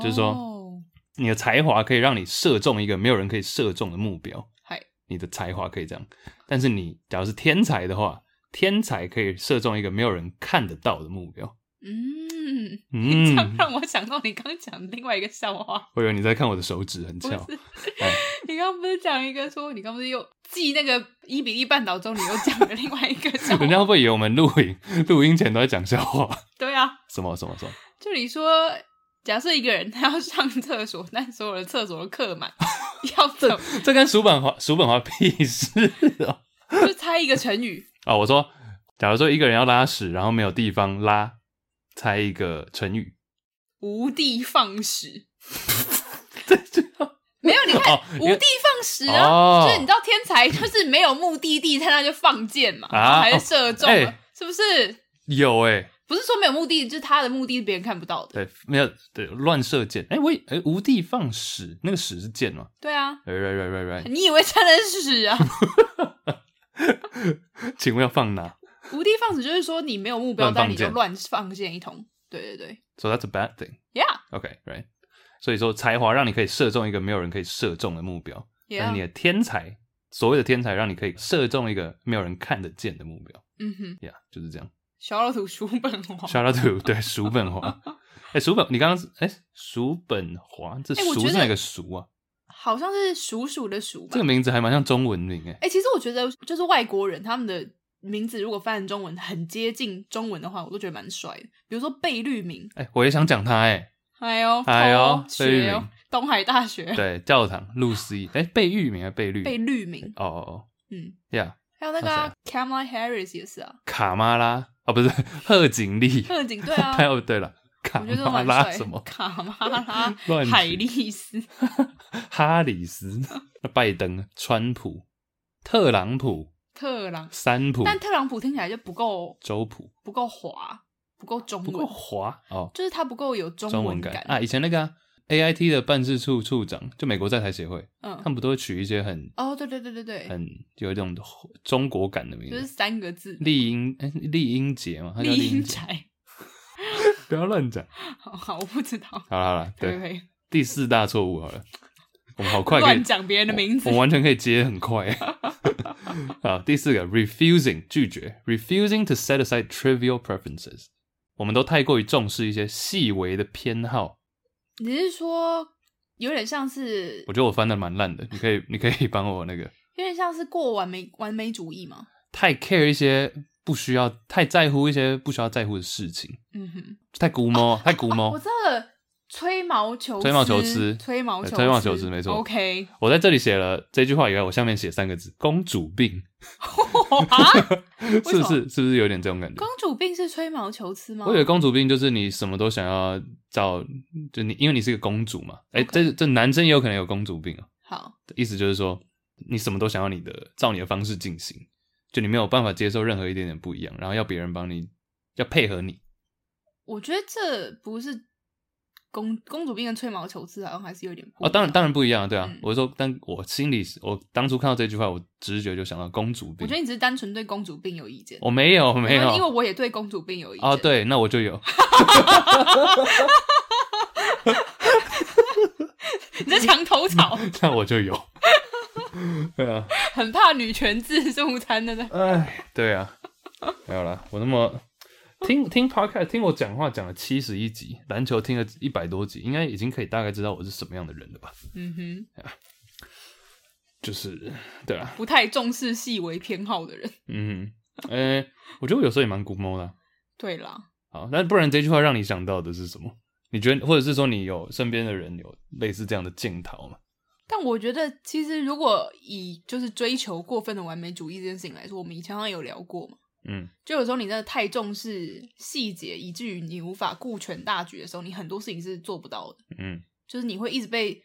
*laughs* 就是说，你的才华可以让你射中一个没有人可以射中的目标，
嗨，
你的才华可以这样。但是你假如是天才的话，天才可以射中一个没有人看得到的目标。
嗯， *laughs* 这样
嗯，
让我想到你刚讲另外一个笑话，
我以为你在看我的手指，很
不
翘。
是
哎？
你刚刚不是讲一个说，你刚不是又记那个伊比利半岛中，你又讲了另外一个笑
*laughs*
话
人家会不会以为我们录影 *laughs* 录音前都在讲笑话？
对啊，
什么什么什么？
就你说，假设一个人他要上厕所，但所有的厕所都客满，要怎么？
这跟叔本华叔本华屁事哦！
就猜一个成语，
啊、我说，假如说一个人要拉屎，然后没有地方拉，猜一个成语。
无地
*laughs*
放矢。
这这
没有，你
*laughs*
看、
哦因
无
为
地放矢啊，
哦
就是你知道天才就是没有目的地，在那就放箭嘛，
啊
然后还是射中了，啊
哎
是不是？
有哎、
不是说没有目的，就是他的目的是别人看不到的。
对，没有对乱射箭。哎、我以哎、无地放矢，那个矢是箭嘛
对啊，
？Right right right right
你以为真的是屎啊？ *laughs*
right。请问要放哪
无的放矢就是说你没有目标，
乱放
但你就
箭
乱放箭一通。对对对
？So that's a bad thing.
，Yeah
OK right. 所以说才华让你可以射中一个没有人可以射中的目标，但哎是你
Yeah，
的天才，所谓的天才让你可以射中一个没有人看得见的目标。
嗯哼，
Yeah，就是这样。
小老鼠叔本华。
Shout out to 对叔本华。哎、叔本，你刚刚是哎叔本华，这
哎我
叔
觉
是
得
哪个叔啊？
好像是鼠鼠的鼠吧
这个。名字还蛮像中文名哎、
哎、其实我觉得就是外国人他们的名字如果翻成中文很接近中文的话，我都觉得蛮帅的。比如说贝聿铭，
哎、我也想讲他哎、
哎呦，
哎呦
哦
贝聿
学哦
铭，
东海大学
对，教堂露西，哎、贝聿铭还是贝律？
贝聿铭，
哦哦哦，
嗯，
呀、
还有那个、
还有
啊、Kamala Harris 也是啊，
yeah,，卡马拉哦，不是贺锦丽，
特警对啊
*laughs* 还，有对了，卡
我觉得都
马
蛮
拉
帅
什么
的。卡马拉
*laughs* 乱取
海利斯，
哈里斯、拜登、川普、特朗普、
特朗，
三普、
但特朗普听起来就不够
周普，
不够滑，不够中
不过
文，
华哦，
就是他不够有中
中文
文
感啊，以前那个、啊、AIT 的办事处处长，就美国在台协会，他
嗯，
们不都会取一些很
哦，对对对对对，
很有一种中国感的名
就是
字，
三个字，
丽英哎，丽英杰嘛，他叫
丽
丽
英
英杰，
宅。
*laughs* 不要乱讲。
好好，我不知道。
好了好了，
对
*laughs* 对，
对，
第四大错误好
*laughs*
了，我们好快可以
乱讲别人的名字
我，我完全可以接很
*laughs*
快。好，第四个，refusing 拒绝，refusing to set aside trivial preferences，我们都太过于重视一些细微的偏好。
你是说有点像是
我，觉得我翻的蛮烂的，你可以你可以帮我那个
有点像是过完美完美主义吗？
太 care 一些不需要，太在乎一些不需要在乎的事情，
嗯哼，
太估摸，太估
我
摸
知。道了，吹毛求疵
哦吹毛求疵
吹毛
对
求
吹毛求疵没错 *laughs*
OK，
我在这里写了这句话以外，我下面写三个字：公主病，
啊，
是不
为什
是？是不是有点这种感觉
公？主病是吹毛求疵吗？
我以为公主病就是你什么都想要找，就你因为你是个公主嘛。哎、这这男生也有可能有公主病啊，
好，
意思就是说你什么都想要你的照你的方式进行，就你没有办法接受任何一点点不一样，然后要别人帮你，要配合你。
我觉得这不是公公主病跟吹毛求疵好像还是有点不
哦，当然当
然，
然不一样啊，对啊。
嗯
我说，但我心里我当初看到这句话，我直觉就想到公主
我
病
觉。得你只是单纯对公主病有意见，
我没有，哦没有。
因为我也对公主病有意见
哦，，对，那我就有。 *laughs*
你在墙头草。 *laughs*
那我就有。 *laughs* 对啊，
很怕女权自助餐的呢。
哎，对啊，没有啦，我那么听听 podcast，听我讲话讲了七十一集，篮球听了一百多集，应该已经可以大概知道我是什么样的人了吧？
嗯哼，
就是对啊，
不太重视细微偏好的人。
嗯，呃、我觉得我有时候也蛮古摸的啊、
对啦，
好，那不然这句话让你想到的是什么？你觉得，或者是说你有身边的人有类似这样的镜头吗？
但我觉得其实如果以就是追求过分的完美主义这件事情来说，我们以前好像有聊过嘛。
嗯，
就有时候你真的太重视细节，以至于你无法顾全大局的时候，你很多事情是做不到的。
嗯，
就是你会一直被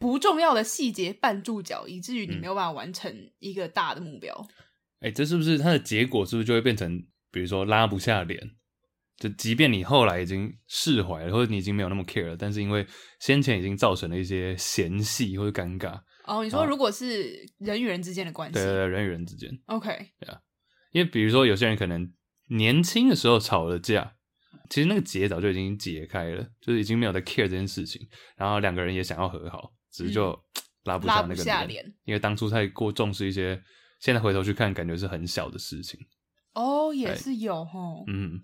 不重要的细节绊住脚，以至于你
嗯
没有办法完成一个大的目标。
哎、这是不是它的结果？是不是就会变成，比如说拉不下脸？就即便你后来已经释怀了，或者你已经没有那么 care 了，但是因为先前已经造成了一些嫌隙或者尴尬，
哦，你
好
说如果是人与人之间的关系
对对对，人与人之间，
，OK，
因为比如说有些人可能年轻的时候吵了架，其实那个结早就已经解开了，就是已经没有在 care 这件事情，然后两个人也想要和好，只是就、拉不
嗯拉
下
不
那个
下
脸，
脸。
因为当初太过重视一些，现在回头去看感觉是很小的事情，
哦，也
对
是有吼。
嗯，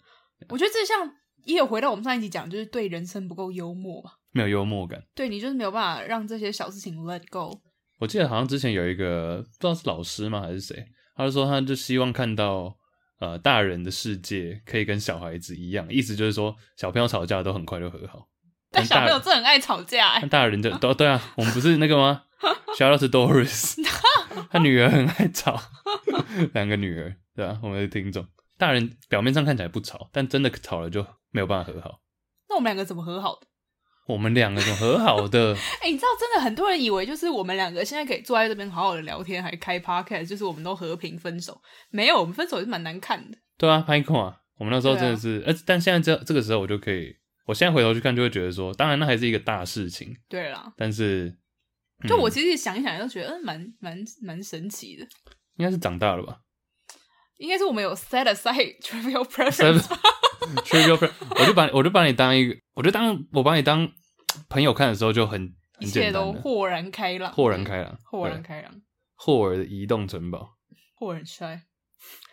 我觉得这像也有回到我们上一集讲，就是对人生不够幽默吧，
没有幽默感。
对你就是没有办法让这些小事情 let go。
我记得好像之前有一个不知道是老师吗还是谁，他就说他就希望看到呃大人的世界可以跟小孩子一样，意思就是说小朋友吵架都很快就和好，
但小朋友
大
真的很爱吵架、
但
哎，
大
*laughs*
人就都对啊，我们不是那个吗？Shout out to
*laughs*
Doris，他女儿很爱吵， *laughs* 两个女儿对啊，我们的听众，大人表面上看起来不吵，但真的吵了就没有办法和好。
那我们两个怎么和好的？
我们两个怎么和好的？
哎、你知道，真的很多人以为就是我们两个现在可以坐在这边好好的聊天，还开 podcast，就是我们都和平分手。没有，我们分手也是蛮难看的。
对啊，拍空啊！我们那时候真的
对啊
是，呃、但现在这这个时候我就可以，我现在回头去看就会觉得说，当然那还是一个大事情，
对啦，
但是
就
嗯
我其实想一想，都觉得嗯，蛮蛮蛮神奇的。
嗯应该是长大了吧
应该是我们有 set aside *laughs* trivial
？Seven *laughs*
preference，
Trivial Friend，我就把我就把你当一个，我就当我把你当朋友看的时候就很
一
很
切
简单
都
的，
豁然开朗，
豁然开朗，
豁然
对
开朗，
霍尔的移动城堡。
豁然衰。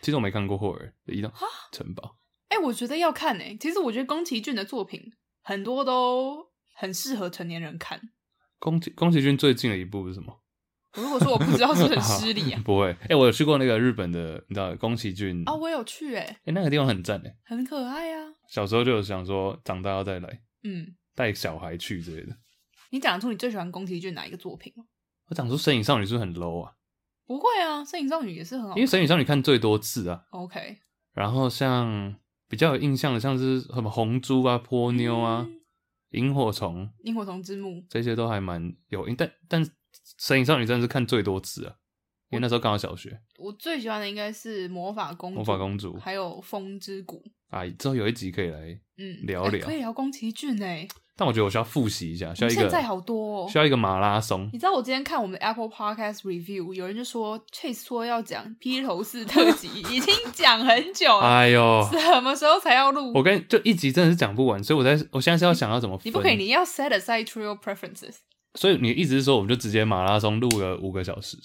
其实我没看过霍尔的移动城堡，
哎、我觉得要看哎、其实我觉得宫崎骏的作品很多都很适合成年人看。
宫崎宫崎骏最近的一部是什么？
我如果说我不知道，
*laughs*
是不是很失礼啊？
不会，哎、我有去过那个日本的，你知道宫崎骏
啊，我有去哎、
哎、那个地方很赞哎、
很可爱啊。
小时候就有想说长大要再来，
嗯，
带小孩去之类的。
你讲得出你最喜欢宫崎骏哪一个作品吗？
我讲说《神隐少女》是不是很 low 啊，
不会啊，《摄影少女》也是很好
因为《神隐少女》看最多次啊。
OK，
然后像比较有印象的，像是什么红猪啊、波妞啊、
嗯
萤火虫
《萤火虫之墓》
这些都还蛮有印，但但《神隐少女》真的是看最多次啊，因为那时候刚好小学。
我最喜欢的应该是《魔法公主》，
魔法公主
还有《风之谷》。
啊，之后有一集可以来，
嗯，
聊
哎
聊
可以聊宫崎骏哎、
但我觉得我需要复习一下，需要一
现在
个
好多、哦
需。要一个马拉松
你。知道我今天看我们的 Apple Podcast Review，有人就说 Chase 说要讲披头士特辑，已经讲很久
*laughs*
了，
哎呦，
什么时候才要录
我？跟就一集真的是讲不完，所以我在我现在是要想要怎么分。
你不可以，你要 set aside trivial preferences。
所以你一直说我们就直接马拉松录个五个小时，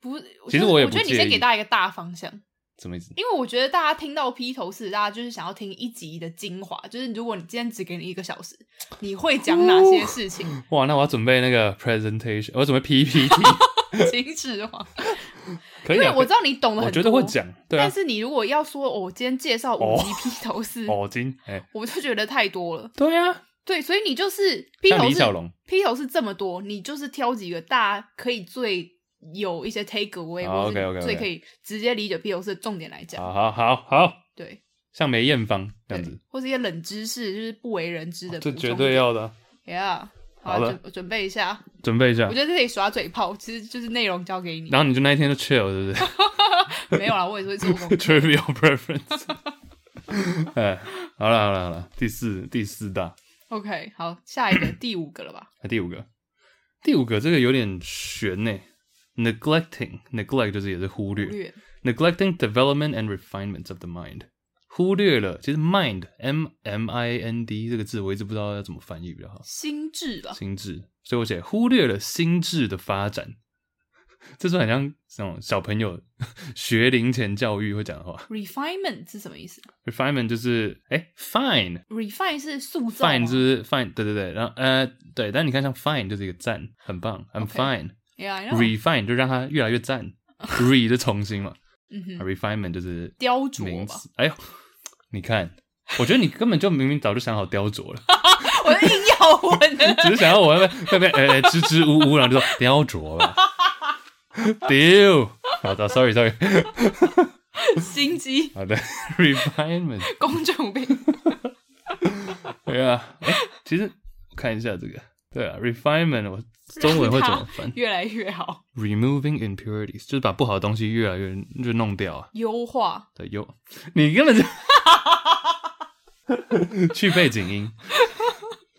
不，
其实
就是
我
我
也不
觉得你
介
先
意
给大家一个大方向，
什么意思？
因为我觉得大家听到披头士，大家就是想要听一集的精华，就是如果你今天只给你一个小时，你会讲哪些事情？
哇，那我要准备那个 presentation，我要准备 PPT，
*laughs* 秦
*laughs*
始皇，
可
因
以
为
啊，
我知道你懂了
我
很
觉
多，
得会讲，对啊
但，是你如果要说，哦我今天介绍五集披头士，
哦，金，哎、
我就觉得太多了。
对啊，
对，所以你就是披
像
头
李
士
小，龙，
披头士这么多，你就是挑几个大家可以最有一些 take away，、
好
或者
哦 OK，OK，OK
是最可以直接理解披头士的重点来讲，
好好好好，
对
像梅艳芳这样
对
子，，哦
或是一些冷知识，就是不为人知的补
这
充点，
绝对要的啊，
，Yeah，
好
好，啊
的
准准备一下，
准备一下
我觉。得这里耍嘴炮，其实就是内容交给你，
然后你就那一天就 chill，对不对？
*laughs* 没有啦，我也是会做功 *laughs* 课
trivial
*laughs*
preference。哎，好了好了好了，第四第四大，
，OK，好，下一个第五个了吧。
啊第五个，第五个这个有点悬呢。Neglecting neglect 就是也是忽略
略
neglecting development and refinements of the mind，忽略了其实 mind m m i n d 这个字我一直不知道要怎么翻译比较好，
心智吧，
心智，所以我写忽略了心智的发展，这是很像那种小朋友学龄前教育会讲的话。
refinement 是什么意思
refinement 就是哎、fine
*laughs* ？refine 是塑造吗
fine 就是 fine，对对对，然后呃对，但你看像 fine 就是一个赞，很棒，I'm
OK
fine，refine、
Yeah, I know.
就让它越来越
*laughs*
赞，re 就重新嘛啊
嗯哼，
，refinement 就是
雕琢
名
吧，
词。哎呦，你看，我觉得你根本就明明早就想好雕琢了，
我硬要问的。
只是想要我那边那边呃呃支支吾吾，然后就说雕琢吧，丢，好的，sorry sorry，*laughs*
心机
好的，refinement。
公众病。
对啊，诶其实我看一下这个，对啊，refinement，我中文会怎么翻
越来越好，
？Removing impurities，就是把不好的东西越来越就弄掉啊。
优化
对，有你根本就 *laughs* 去背景音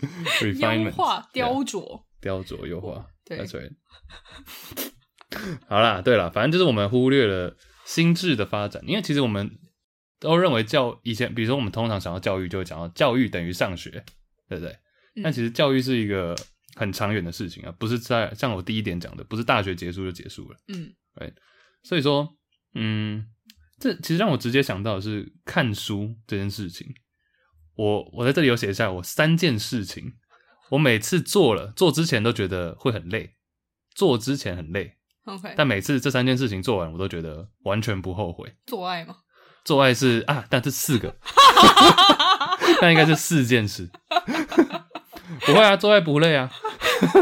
优
，refinement，
化雕
yeah，
琢。
雕琢优化，
对
That's right *laughs* 好啦，对啦，反正就是我们忽略了心智的发展，因为其实我们都认为教以前，比如说我们通常想要教育，就会讲到教育等于上学，对不对？
嗯
但其实教育是一个很长远的事情啊，不是在像我第一点讲的，不是大学结束就结束了。
嗯，
所以说，嗯，这其实让我直接想到的是看书这件事情。我我在这里有写一下我三件事情，我每次做了做之前都觉得会很累，做之前很累，
OK，
但每次这三件事情做完，我都觉得完全不后悔。
做
*laughs*
爱嘛，
做爱是啊，但这四个， *laughs* 那应该是四件事。 *laughs* 不会啊，做爱不累啊。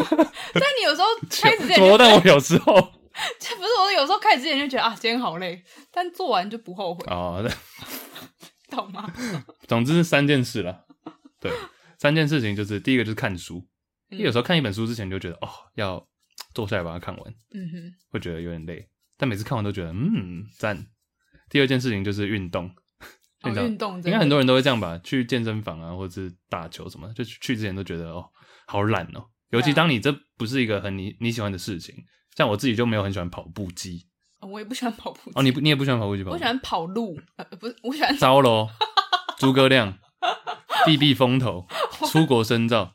但
*laughs*
你有时候开始之前
怎么？
就，
但我有时候 *laughs*
*laughs* 这不是我有时候开始之前就觉得啊，今天好累，但做完就不后悔，
哦，那
懂吗？
总之是三件事啦。对，三件事情就是第一个就是看书，
嗯
因为有时候看一本书之前你就觉得哦，要坐下来把它看完，
嗯哼，
会嗯觉得有点累，但每次看完都觉得嗯赞。第二件事情就是运动，
哦
*laughs* 你知道
运动真的
应该很多人都会这样吧，去健身房啊，或者是打球什么的，就去去之前都觉得哦，好懒哦。尤其当
啊
你这不是一个很你你喜欢的事情，像我自己就没有很喜欢跑步机
哦我也不喜欢跑步机
哦，你不你也不喜欢跑步机吧？
我喜欢跑路，呃，不是，我喜欢
糟喽，诸葛亮，避避风
*laughs*
头，出国深造，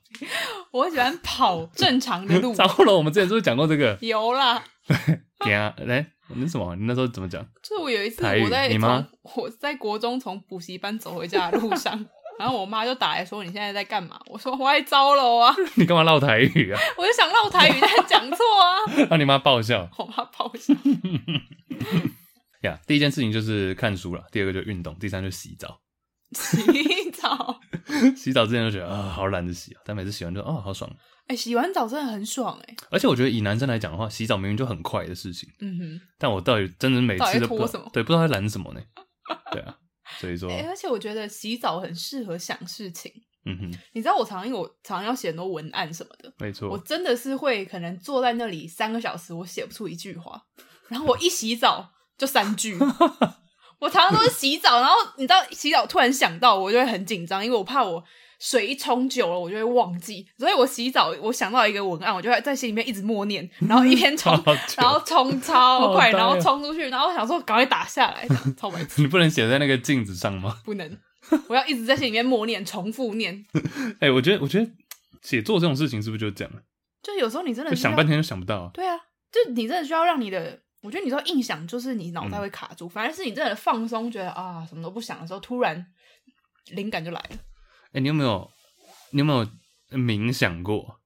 我喜欢跑正
*laughs*
常的路，
糟喽。我们之前是不是讲过这个？
有啦。
等一下来，那什么？你那时候怎么讲？ *laughs*
就是我有一次
台语
我在
你吗
从我在国中从补习班走回家的路上，然后我妈就打来说你现在在干嘛？我说我在招楼啊，
你干嘛唠台语啊？ *laughs*
我就想绕台语，但讲错啊， *laughs*
让你妈爆笑
我妈爆笑。
呀！第一件事情就是看书了，第二个就运动，第三就洗澡。
*laughs*
*laughs*
洗澡，
洗澡之前就觉得啊、好懒得洗啊，但每次洗完就哦，好爽。
哎、洗完澡真的很爽哎、
而且我觉得以男生来讲的话，洗澡明明就很快的事情，
嗯
但我到底真的每次都不
到底在拖
知
什
道
么
对，不知道在懒什么
*laughs*
呢？对啊，所以说
哼，，哎、而且我觉得洗澡很适合想事情。
嗯哼，
你知道我常因为我常常要写很多文案什么的，
没
我
错，
真的是会可能坐在那里三个小时，我写不出一句话，然后我一洗澡就三句。 *laughs* 我常常都是洗澡，然后你知道洗澡突然想到，我就会很紧张，因为我怕我水一冲久了，我就会忘记。所以我洗澡，我想到一个文案，我就会在心里面一直默念，然后一
*laughs*
边冲
超久，
然后冲超
好
快，
呆哦
然后冲出去，然后我想说赶快打下来，这样超白痴，
你不能写在那个镜子上吗？
不能， *laughs* 我要一直在心里面默念、重复念。
哎、我觉得，我觉得写作这种事情是不是就这样？
就有时候你真的
就想
需要
半天就想不到啊、
对啊，就你真的需要让你的，我觉得你说硬想就是你脑袋会卡
嗯
住，反而是你真的放松，觉得啊什么都不想的时候，突然灵感就来了。
哎、你有没有，你有没有冥想过？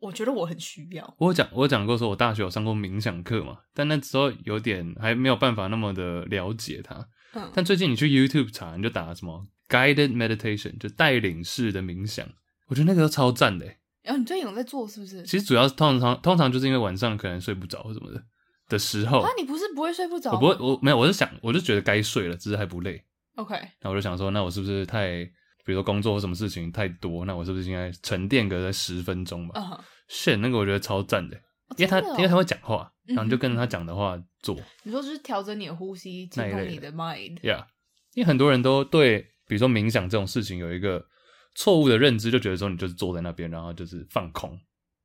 我觉得我很需要，
我有讲，我有讲过说，我大学有上过冥想课嘛，但那时候有点还没有办法那么的了解它。
嗯，
但最近你去 YouTube 查，你就打什么 guided meditation，就带领式的冥想，我觉得那个都超赞的欸。
然后你最近有在做是不是？
其实主要是通常通常就是因为晚上可能睡不着或什么的的时候
啊，，你不是不会睡不着
我
吗？
不会，我没有，我是想，我就觉得该睡了，只是还不累。
OK，
那我就想说，那我是不是太，比如说工作或什么事情太多，那我是不是应该沉淀个十分钟吧？
嗯，
是、那个我觉得超赞的，因为
真
他、
的哦
因为他会讲话，
嗯
然后你就跟着他讲的话做
你说就是调整你的呼吸，
那
清
一
空
类
你的 mind，
，Yeah。因为很多人都对，比如说冥想这种事情有一个错误的认知，就觉得说你就是坐在那边，然后就是放空，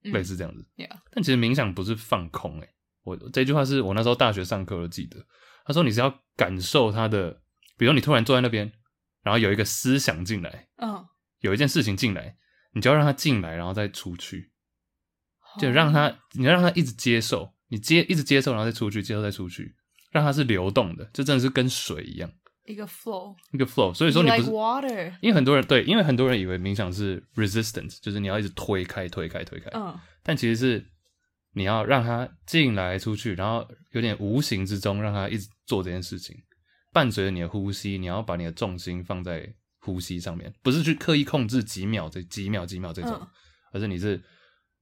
嗯
类似这样子。
Yeah
但其实冥想不是放空、欸，我这句话是我那时候大学上课都记得，他说你是要感受他的，比如你突然坐在那边，然后有一个思想进来，
嗯，
有一件事情进来，你就要让它进来，然后再出去，
哦
就让它，你要让它一直接受，你接一直接受，然后再出去，接受再出去，让它是流动的，这真的是跟水一样，
一个 flow，
一个 flow。所以说你
You
不
like
是，
water，
因为很多人对，因为很多人以为冥想是 resistance，就是你要一直推开、推开、推开，
嗯，
但其实是你要让它进来、出去，然后有点无形之中让它一直做这件事情，伴随着你的呼吸，你要把你的重心放在呼吸上面，不是去刻意控制几秒、这几秒、几秒这种，
嗯
而是你是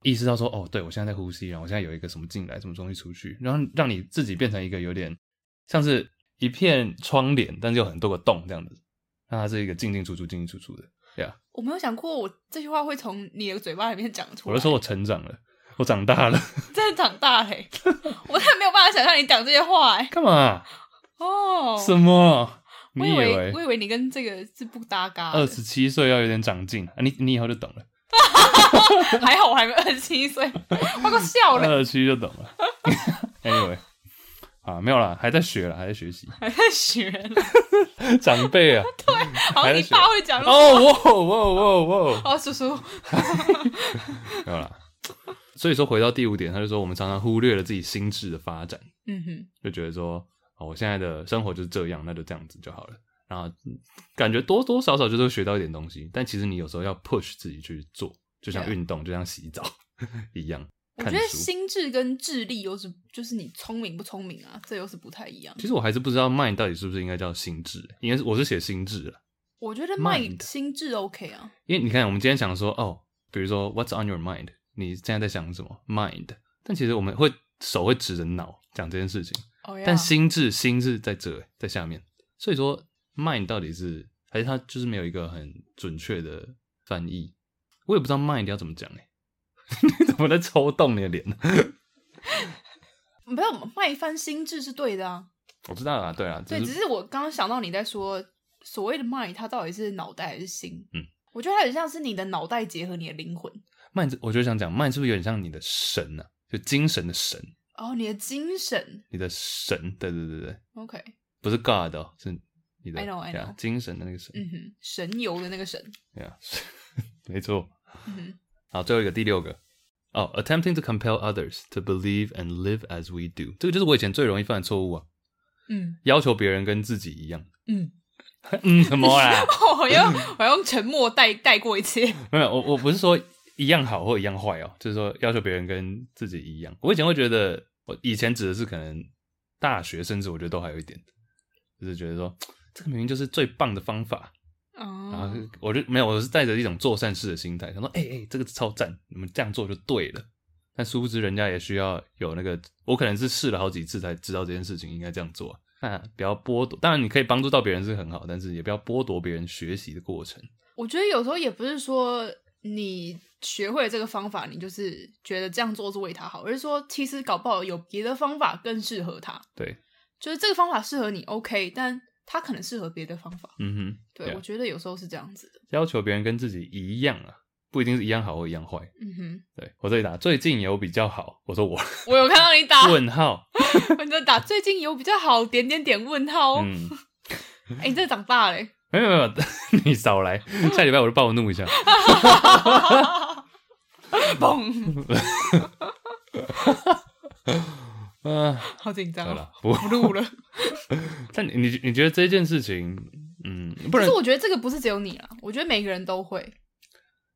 意识到说，哦，对我现在在呼吸，然后我现在有一个什么进来，什么东西出去，然后让你自己变成一个有点像是一片窗帘，但是有很多个洞这样子，让它是一个进进出出、进进出出的。对啊，
我没有想过我这句话会从你的嘴巴里面讲出
我
来。
就说我成长了，我长大了， *laughs*
真的长大嘞、我真的没有办法想象你讲这些话哎、
干嘛啊、
哦，
什么？
我
你
以
以
为
为
我以为你跟这个是不搭嘎的，
二十七岁要有点长进啊？你你以后就懂了，
还好我还没二十七岁，我快笑了，
二十七就懂
*laughs*
了。anyway，啊，没有啦，还在学了，还在学
*laughs*
习。
还在学呢，
长辈啊，
好像你爸会讲哦
哦，哇哇哇哇，
哦，叔叔，
没有啦。所以说，回到第五点，他就说我们常常忽略了自己心智的发展，
嗯哼，
就觉得说，哦，我现在的生活就是这样，那就这样子就好了。然后嗯感觉多多少少就是会学到一点东西，但其实你有时候要 push 自己去做，就像
Yeah
运动，就像洗澡 *laughs* 一样。
啊我
看
觉得
书
心智跟智力又是就是你聪明不聪明啊，这又是不太一样。
其实我还是不知道 mind 到底是不是应该叫心智，因为我是写心智了。
我觉得
Mind
卖心智 OK 啊，
因为你看，我们今天想说，哦，比如说 What's on your mind？你现在在想什么？mind？但其实我们会手会指着脑讲这件事情，
哦呀，
但心智心智在这，在下面。所以说 mind 到底是还是它就是没有一个很准确的翻译，我也不知道 mind 要怎么讲哎、你 *laughs* 怎么在抽动你的脸？
没有卖翻心智是对的啊，啊
我知道啦，对啦，啊
对，
只
只
是
是我刚刚想到你在说所谓的 mind，它到底是脑袋还是心？
嗯，
我觉得它很像是你的脑袋结合你的灵魂，
慢，我就想讲慢是不是有点像你的神啊？就精神的神，
哦，你的精神。
你的神，对对对对，
OK，
不是 God 哦，是你的
I know, I
yeah，
know
精神的那个神，
嗯哼，神游的那个神，
对啊， *laughs* 没错。
嗯哼，
好，最后一个第六个哦、a t t e m p t i n g to compel others to believe and live as we do，这个就是我以前最容易犯的错误啊，
嗯
要求别人跟自己一样。
嗯，
*laughs* 嗯，什么啦？
*laughs* 我要我要用沉默带带过一切。
*laughs* 没有，我我不是说一样好或一样坏哦，就是说要求别人跟自己一样。我以前会觉得，我以前指的是可能大学，甚至我觉得都还有一点，就是觉得说这个明明就是最棒的方法，然后
哦，
我就没有，我是带着一种做善事的心态，想说，哎、哎、这个超赞，你们这样做就对了。但殊不知，人家也需要有那个，我可能是试了好几次才知道这件事情应该这样做、那不要剥夺，当然你可以帮助到别人是很好，但是也不要剥夺别人学习的过程。
我觉得有时候也不是说你学会了这个方法，你就是觉得这样做是为他好，而是说其实搞不好有别的方法更适合他。
对，
就是这个方法适合你 OK，但他可能适合别的方法。
嗯哼，
对
Yeah
我觉得有时候是这样子的。
要求别人跟自己一样啊，不一定是一样好或一样坏。
嗯哼，
对我这里打最近有比较好，我说我
*laughs* 我有看到你打，
问号，
你在打最近有比较好点点点问号哦。
嗯，
哎、你真的长大嘞、
没有没有， *laughs* 你少来，下礼拜我就暴怒一下。
嘣，
嗯、
好紧张
好
哦，
了，不，
不录了。
但你你你觉得这件事情，嗯， *laughs* 不
可
然嗯
是我觉得这个不是只有你啦，我觉得每个人都会。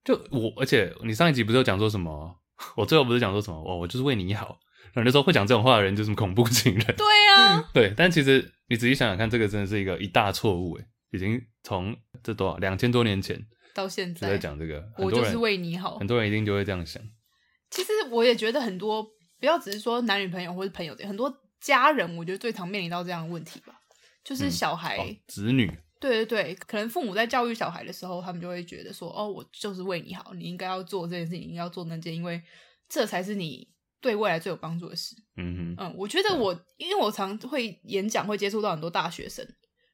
就我，而且你上一集不是有讲说什么？ *laughs* 我最后不是讲说什么？哦，我就是为你好。然后你就说会讲这种话的人就是恐怖情人， *laughs*
对啊，
对。但其实你仔细想想看，这个真的是一个一大错误，哎，已经从这多少两千多年前
到现
就在
在
讲这个，很
我
多
就
人
是为你好
很。多人一定就会这样想，哦
其实我也觉得很多，不要只是说男女朋友或是朋友，很多家人，我觉得最常面临到这样的问题吧，就是
嗯
小孩，
哦、子女，
对对对，可能父母在教育小孩的时候，他们就会觉得说，哦，我就是为你好，你应该要做这件事情，你应该要做那件，因为这才是你对未来最有帮助的事。
嗯哼，
嗯，我觉得我因为我常会演讲，会接触到很多大学生，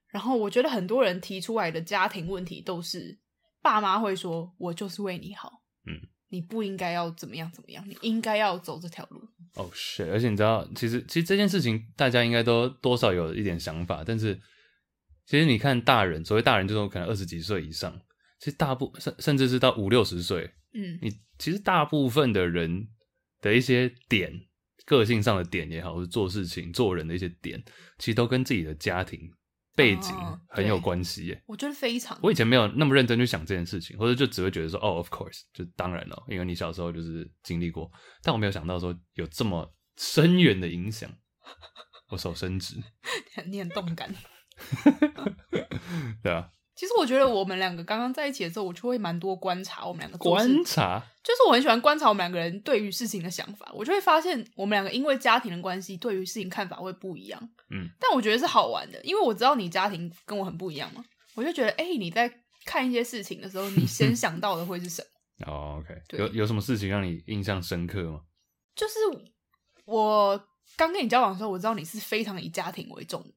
然后我觉得很多人提出来的家庭问题都是爸妈会说：“我就是为你好，
嗯，
你不应该要怎么样怎么样，你应该要走这条路。
哦、是，而且你知道，其实其实这件事情大家应该都多少有一点想法，但是其实你看大人，所谓大人就是可能二十几岁以上，其实大部甚甚至是到五六十岁，”
嗯，
你其实大部分的人的一些点，个性上的点也好，或者做事情、做人的一些点，其实都跟自己的家庭背景
哦
很有
对
关系耶。
我觉得非常，
我以前没有那么认真去想这件事情，或者就只会觉得说，哦，of course，就当然了，因为你小时候就是经历过，但我没有想到说有这么深远的影响。我手伸直，
你很动感。
对啊，
其实我觉得我们两个刚刚在一起的时候，我就会蛮多观察我们两个 *laughs* 做事
观察，
就是我很喜欢观察我们两个人对于事情的想法，我就会发现我们两个因为家庭的关系，对于事情看法会不一样。
嗯，
但我觉得是好玩的，因为我知道你家庭跟我很不一样嘛，我就觉得，哎、你在看一些事情的时候，你先想到的会是什么？ *laughs*
哦，OK，
对
有有什么事情让你印象深刻吗？
就是我刚跟你交往的时候，我知道你是非常以家庭为重的，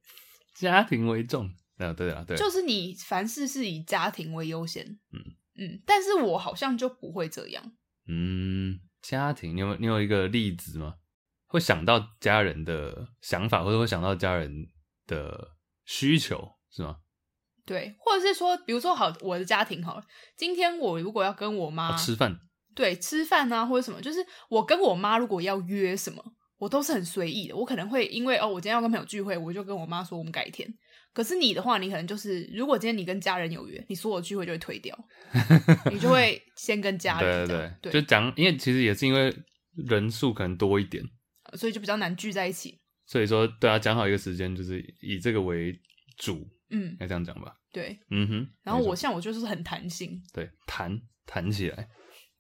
家庭为重，啊，对啊，对啊，
就是你凡事是以家庭为优先。
嗯
嗯，但是我好像就不会这样。
嗯，家庭，你有你有一个例子吗？会想到家人的想法，或者会想到家人的需求，是吗？
对，或者是说，比如说好，我的家庭好了，今天我如果要跟我妈、
啊，吃饭，
对，吃饭啊或者什么，就是我跟我妈如果要约什么，我都是很随意的。我可能会因为哦，我今天要跟朋友聚会，我就跟我妈说我们改天。可是你的话，你可能就是，如果今天你跟家人有约，你所有聚会就会
*laughs*
推掉，你就会先跟家
对
人
对
的
对，就讲，因为其实也是因为人数可能多一点，
呃所以就比较难聚在一起。
所以说对啊，讲好一个时间，就是以这个为主，应
嗯，
该这样讲吧。
对。
嗯哼，
然后
没错
我像我就是很弹性，
对谈谈起来，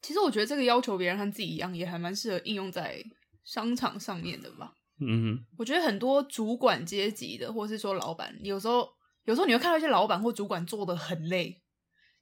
其实我觉得这个要求别人和自己一样，也还蛮适合应用在商场上面的吧。
嗯
我觉得很多主管阶级的，或是说老板，有时候有时候你会看到一些老板或主管做的很累，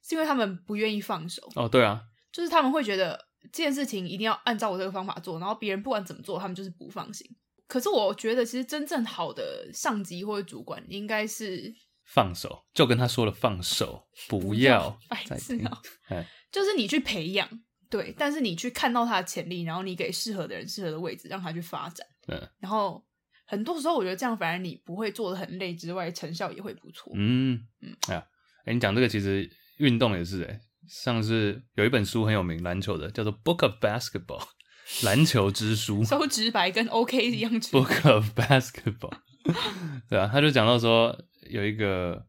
是因为他们不愿意放手，
哼，哦，对啊，
就是他们会觉得这件事情一定要按照我这个方法做，然后别人不管怎么做，他们就是不放心。可是我觉得，其实真正好的上级或者主管，应该是
放手，就跟他说了放手，不要
*laughs* 白
再
痴
听
哦。
哎，
就是你去培养，对，但是你去看到他的潜力，然后你给适合的人适合的位置，让他去发展。
嗯，
然后很多时候我觉得这样，反而你不会做的很累之外，成效也会不错。
嗯
嗯，
哎呀，哎，你讲这个其实运动也是哎、像是有一本书很有名，篮球的叫做《Book of Basketball》，篮球之书。
收直白跟 OK
嗯
一样直白
Book of Basketball，对啊，他就讲到说有一个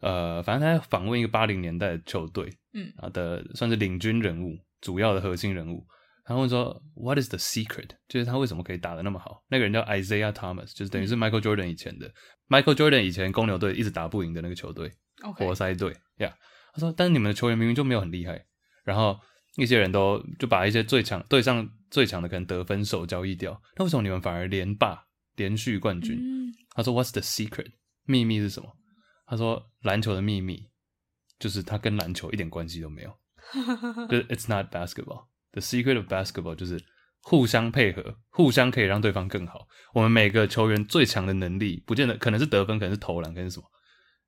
呃，反正他访问一个八零年代的球队，
嗯
啊的算是领军人物，主要的核心人物。他问说，What is the secret？就是他为什么可以打得那么好？那个人叫 Isaiah Thomas，就是等于是 Michael Jordan 以前的 Michael Jordan 以前公牛队一直打不赢的那个球队，
OK，
活塞队呀。他说，但是你们的球员明明就没有很厉害，然后一些人都就把一些最强对上最强的可能得分手交易掉，那为什么你们反而连霸连续冠军？
嗯，
他说 What's the secret？秘密是什么？他说篮球的秘密就是它跟篮球一点关系都没有，就是 It's not basketball。The secret of basketball 就是互相配合，互相可以让对方更好。我们每个球员最强的能力，不见得可能是得分，可能是投篮，可能是什么，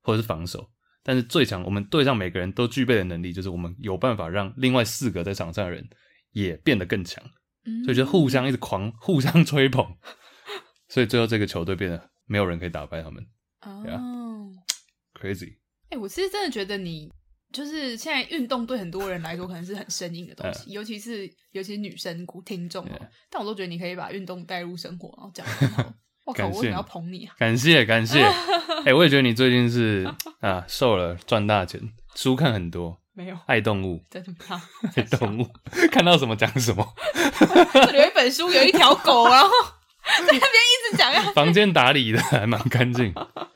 或者是防守。但是最强，我们队上每个人都具备的能力，就是我们有办法让另外四个在场上的人也变得更强。
嗯
所以就互相一直狂互相吹捧，所以最后这个球队变得没有人可以打败他们对啊
哦，
，crazy，
哎、我其实真的觉得你就是现在运动对很多人来说可能是很生硬的东西，尤其是尤其是女生听众哦
嗯 Yeah
但我都觉得你可以把运动带入生活，然后讲得很
*laughs*
好。我靠，
感
我
谢
为什么要
你
捧你啊？
感谢感
*laughs*
谢，哎、我也觉得你最近是啊瘦了赚大钱，书看很多，
没有，
爱动物，
*laughs* 真的
*laughs*
吗？
爱动物，看到什么讲什么，
*laughs* 这里有一本书，有一条狗，
*laughs*
然后在那边一直讲啊。
房间打理的还蛮干净， *laughs*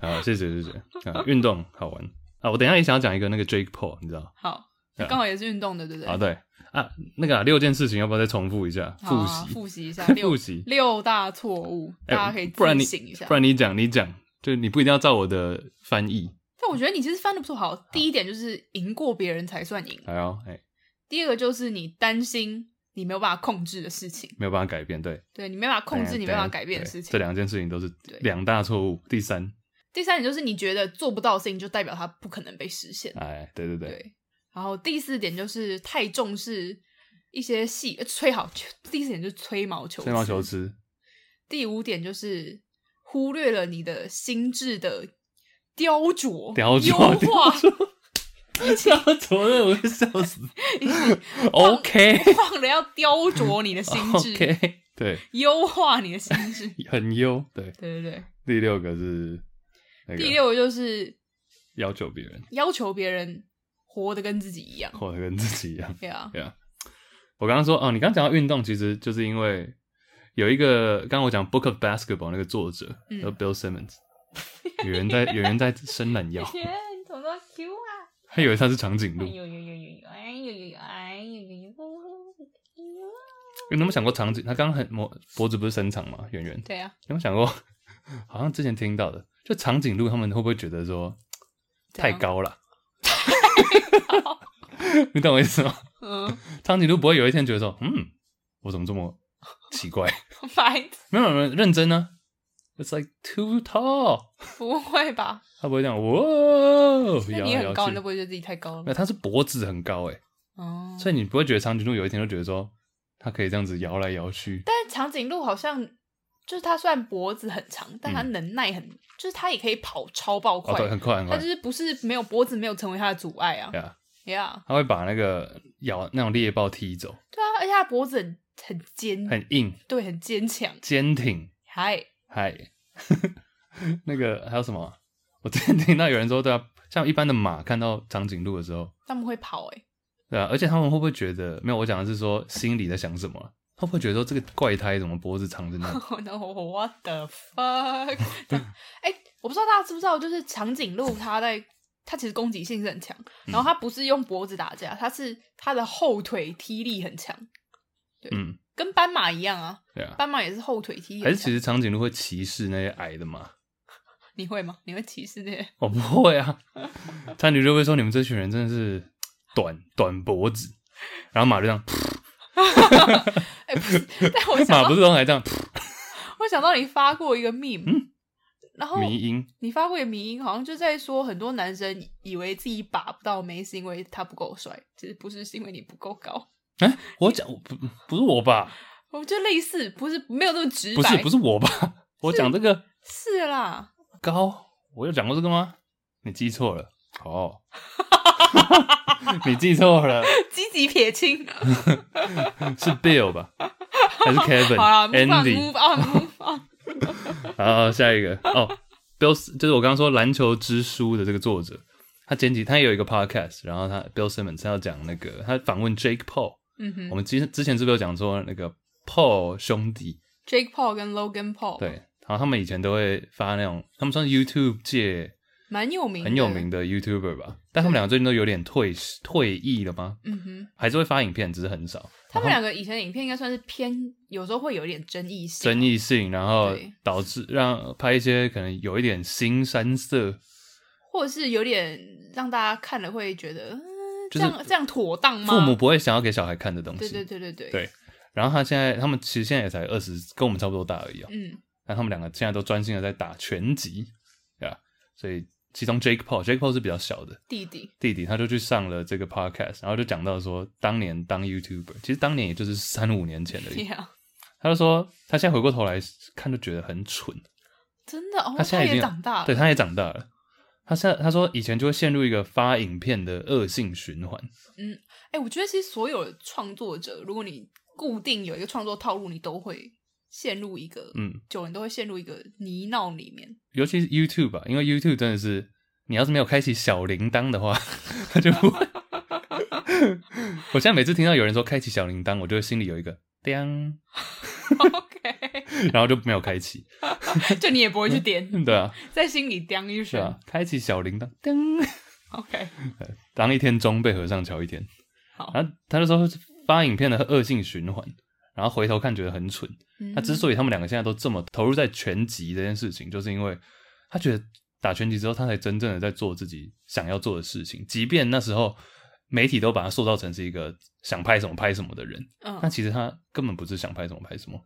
啊，谢谢谢谢啊，运动好玩啊，我等一下也想要讲一个那个 Jake Paul，你知道
好，
对啊
刚好也是运动的，对不对？
啊对啊那个啊、六件事情要不要再重复一下
好
复
啊，
习
复习一下六
复习
六大错误，
哎
大家可以
不然
自
你
省一下
不。然你讲，你讲，就是你不一定要照我的翻译。
但我觉得你其实翻的不错。好，第一点就是赢过别人才算赢，
哎呦，哎，
第二个就是你担心你没有办法控制的事情，
没有办法改变，对，
对你没办法控制，
对
你没办法改变的
对
事情
这。两件事情都是
对
两大错误。第三，
第三点就是你觉得做不到的事情，就代表它不可能被实现。
哎，对对对，
对，然后第四点就是太重视一些细呃吹好，第四点就是吹毛求疵
吹毛求。疵，
第五点就是忽略了你的心智的雕琢、
雕琢
优化，
笑昨天我就 *laughs* 笑死。OK 哦
忘了要雕琢你的心智
OK，对，
优化你的心智。
很优。对，
对对对，
第六个是那个
第六个就是
要求别人
要求别人活得跟自己一样。
活得跟自己一样。
对啊，
对啊，我刚刚说哦，你刚讲到运动，其实就是因为有一个刚刚我讲《Book of Basketball》那个作者
嗯
叫 Bill Simmons，有人在有人在伸懒腰，
耶，你怎么那么 Q 啊？
他以为他是长颈鹿。
呦呦呦呦，哎呦呦呦，哎呦呦呦，
你有没有想过长颈？他刚刚很脖脖子不是伸长嘛，圆圆。
对啊，
你有没有想过？好像之前听到的，就长颈鹿他们会不会觉得说
怎
太
样
高
*laughs*
了？ *laughs* 你懂我意思吗？
嗯，
长颈鹿不会有一天觉得说，嗯，我怎么这么奇怪？
*laughs* 白痴，
没有没有认真呢、It's like too tall。
不会吧？
他不会这样，哇哦，
那
摇
你
来
很
摇
高，
去
你都不会觉得自己太高
没有，
了。
他是脖子很高哎，
哦，
所以你不会觉得长颈鹿有一天就觉得说，它可以这样子摇来摇去。
但是长颈鹿好像就是它虽然脖子很长，但它能耐很，就是它也可以跑超爆
嗯哦，
快，
对，很快很
它
快
就，是不是没有脖子没有成为它的阻碍啊
对啊，
，Yeah，
它会把那个咬那种猎豹踢走，
对啊，而且它的脖子很很坚，
很硬，
对，很坚强。
坚挺。
嗨，
嗨， *laughs* 那个还有什么啊？我之前听到有人说，对啊，像一般的马看到长颈鹿的时候，
他们会跑哎、
对啊，而且他们会不会觉得没有？我讲的是说心里在想什么啊，会不会觉得说这个怪胎怎么脖子长成那样？
欸，然后我 what
*laughs*
the fuck？哎、我不知道大家知不知道，就是长颈鹿它在它其实攻击性是很强，
嗯
然后它不是用脖子打架，它是它的后腿踢力很强，
嗯，
跟斑马一样啊，
对
*laughs*
啊。
斑马也是后腿踢力
还
很
是其
强。
实长颈鹿会歧视那些矮的马？
你会吗？你会歧视那些？
*laughs* 我不会啊，长颈鹿会说你们这群人真的是
*laughs*
短短脖子，然后马就这样，
哎、不是，但我
*laughs*
想
马不
到，
是都还这样，
我想到你发过一个 meme，、然后
嗯迷音，
你发过的迷因好像就在说，很多男生以为自己把不到妹是因为他不够帅，其实不是，是因为你不够高。
哎、我讲我不不是我吧？
我觉得类似，不是没有那么直白，
不是不是
*laughs*
我吧？我讲这个
是啦，
高，我有讲过这个吗？你记错了
*laughs*
哦， *laughs* 你记错了，
积极撇清。
是 Bill 吧？还是
好啦
Kevin？Andy？
，move
*laughs*
on，move on，move on。
好，下一个哦，Bill 就是我刚刚说《篮球之书》的这个作者，他前几他也有一个 podcast，然后他 Bill Simmons 他要讲那个他访问 Jake Paul，
嗯哼
我们之前之前是不是有讲说那个 Paul 兄弟？
，Jake Paul 跟 Logan Paul，
对，，然后他们以前都会发那种，他们算 YouTube 界
蛮有名，
很有名。的 YouTuber 吧，但他们两个最近都有点退退役了吗？
嗯哼，
还是会发影片，只是很少。
他们两个以前的影片应该算是偏，有时候会有一点争议性。
争议性，然后
对
导致让拍一些可能有一点新山色，
或者是有点让大家看了会觉得，嗯，
就是
这样这样妥当吗？
父母不会想要给小孩看的东西。
对对对对对
对然后他现在，他们其实现在也才二十，跟我们差不多大而已、哦。
嗯，
但他们两个现在都专心的在打拳击，对吧？所以其中 Jake Paul，Jake Paul 是比较小的
弟弟，
弟弟，他就去上了这个 podcast，然后就讲到说，当年当 YouTuber，其实当年也就是三五年前而
对
已。
呀，
他就说，他现在回过头来看，就觉得很蠢。
真的哦，
他现在已
也
经
长大了，
对，他也长大了。他现在他说以前就会陷入一个发影片的恶性循环，
哎、我觉得其实所有的创作者，如果你固定有一个创作套路，你都会陷入一个，
嗯，
久了你都会陷入一个泥淖里面。 *laughs*
尤其是 YouTube 吧，因为 YouTube 真的是你要是没有开启小铃铛的话， *laughs* 它就不会。我现在每次听到有人说开启小铃铛，我就会心里有一个叮，
OK，
然后就没有开启。
就你也不会去点，
对啊，
在心里叮一
是
声。
啊，开启小铃铛，叮，
OK，
当一天钟被和尚敲一天。
好
然后他就说发影片的恶性循环，然后回头看觉得很蠢。
嗯
那之所以他们两个现在都这么投入在拳击这件事情，就是因为他觉得打拳击之后，他才真正的在做自己想要做的事情。即便那时候媒体都把他塑造成是一个想拍什么拍什么的人，
嗯
那其实他根本不是想拍什么拍什么。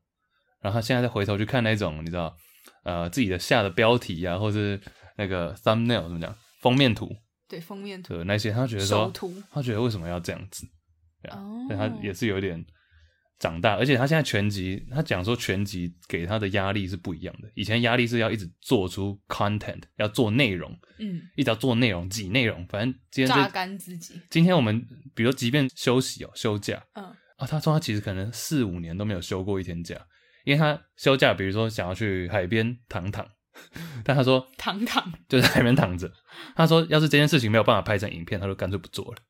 然后他现在再回头去看那种你知道，呃，自己的下的标题啊，或是那个 thumbnail 怎么讲，封面图
对封面图
的那些，他觉得
首
说，
图
他觉得为什么要这样子？对啊，
哦
所以他也是有一点长大，而且他现在拳击，他讲说拳击给他的压力是不一样的。以前压力是要一直做出 content，要做内容，
嗯，
一直要做内容，挤内容。反正今天
榨
这
干自己，
今天我们，比如即便休息哦，休假
嗯
啊，他说他其实可能四五年都没有休过一天假，因为他休假，比如说想要去海边躺 *laughs* 躺，但他说
堂堂
就在海边躺着，他说要是这件事情没有办法拍成影片，他就干脆不做了。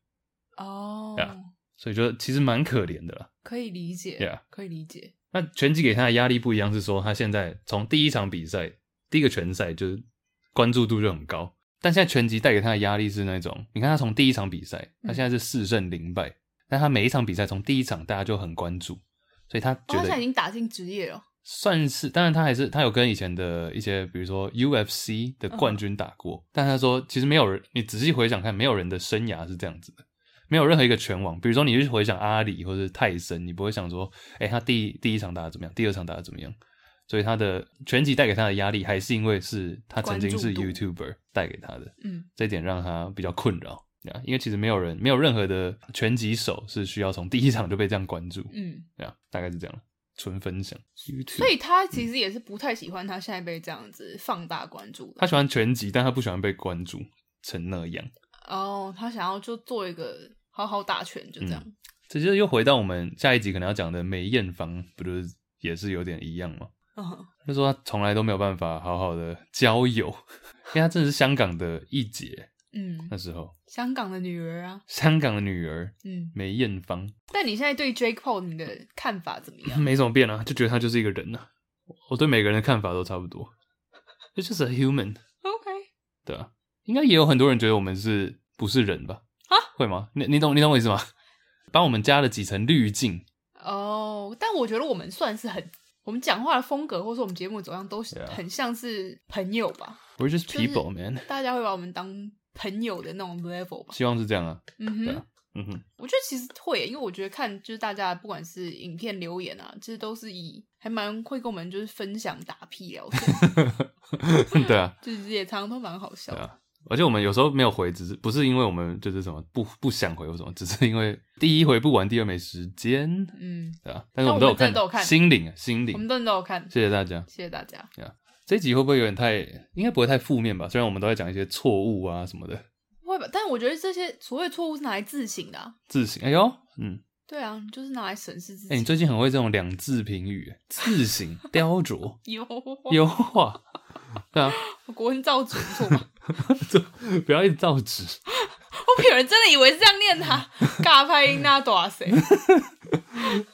哦
对啊所以就其实蛮可怜的啦。
可以理解
Yeah
可以理解，
那拳击给他的压力不一样，是说他现在从第一场比赛、第一个拳赛就是关注度就很高，但现在拳击带给他的压力是那种，你看他从第一场比赛，
嗯
他现在是四胜零败，但他每一场比赛从第一场大家就很关注，所以他
哦，他
觉
现在已
得
经打进职业了，
算是，当然他还是他有跟以前的一些，比如说 UFC 的冠军打
嗯
过，但他说其实没有人，你仔细回想看，没有人的生涯是这样子的。没有任何一个拳王，比如说你去回想阿里或者是泰森，你不会想说，哎、他第第一场打的怎么样，第二场打的怎么样？所以他的拳击带给他的压力，还是因为是他曾经是
关
YouTuber 带给他的，
嗯，
这一点让他比较困扰。对啊，因为其实没有人，没有任何的拳击手是需要从第一场就被这样关注，
嗯，
对啊，大概是这样，纯分享。
所
YouTube，
以他其实也是不太喜欢他现在被这样子放大关注的。
他喜欢拳击，但他不喜欢被关注成那样。
哦，他想要就做一个好好打拳，就这
嗯
样。
这就是又回到我们下一集可能要讲的梅艳芳，不就是也是有点一样吗？
嗯，
他说他从来都没有办法好好的交友， *laughs* 因为他真的是香港的一姐。
嗯
那时候，
香港的女儿啊，
香港的女儿
嗯。
梅艳芳
但你现在对 Jake Paul 你的看法怎么
*laughs*
样？
没怎么变啊，就觉得她就是一个人啊。我对每个人的看法都差不多，It's just a human，
OK，
对啊，应该也有很多人觉得我们是不是人吧？
啊，
会吗？你你懂你懂我意思吗？帮我们加了几层滤镜，
哦、但我觉得我们算是很，我们讲话的风格或是我们节目走向都是
Yeah
很像是朋友吧，
We're just
就是
people, man。
大家会把我们当朋友的那种 level 吧。 *laughs*
希望是这样啊。
嗯
对
哼
啊，嗯哼，
我觉得其实会耶，因为我觉得看就是大家不管是影片留言啊，其实都是以还蛮会跟我们就是分享打屁聊天， *laughs*
*laughs* 对啊，
就是也常常都蛮好笑
对
的。
啊。而且我们有时候没有回，只是不是因为我们就是什么不不想回或什么，只是因为第一回不完，第二没时间，
嗯，
对啊。但是
但
我
我
们都有
们真
看，
的都有看
心领啊，心
我们
领。
真的都有看，
谢谢大家。
谢谢大家。
这一集会不会有点太，应该不会太负面吧？虽然我们都在讲一些错误啊什么的
不会吧？但我觉得这些所谓错误是拿来自省的、啊，
自省。哎呦，嗯，
对啊，就是拿来审视自
哎、你
己。
最近很会这种两字评语，自省、雕
*laughs*
琢、
有
优化， *laughs* 对啊，
国文造纸不错嘛， *laughs*
不要一直造纸。
会不会有人真的以为是这样念的、啊？尬拍音那多谁？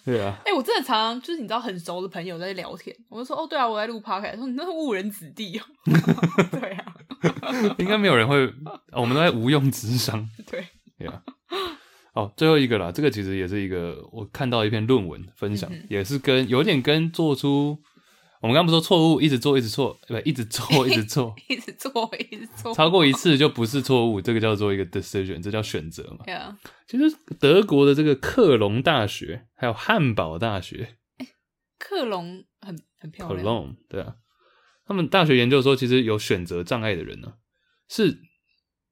对啊，
哎、我真的常常就是你知道很熟的朋友在聊天，我就说哦，对啊，我在录 podcast，说你那是误人子弟哦。 *laughs* 对啊，
应该没有人会，哦我们都在无用之商。
对，
对啊。哦，最后一个啦，这个其实也是一个我看到一篇论文分享，
嗯哼
也是跟有点跟做出我们刚刚不是说错误一直做一直错，不一直
*laughs*
错一直错，
一直做，一直做。
超过一次就不是错误，这个叫做一个 decision，这叫选择嘛。
对啊，
其实德国的这个克隆大学，还有汉堡大学
克隆很很漂亮。
（Cologne），对啊，他们大学研究说，其实有选择障碍的人呢、是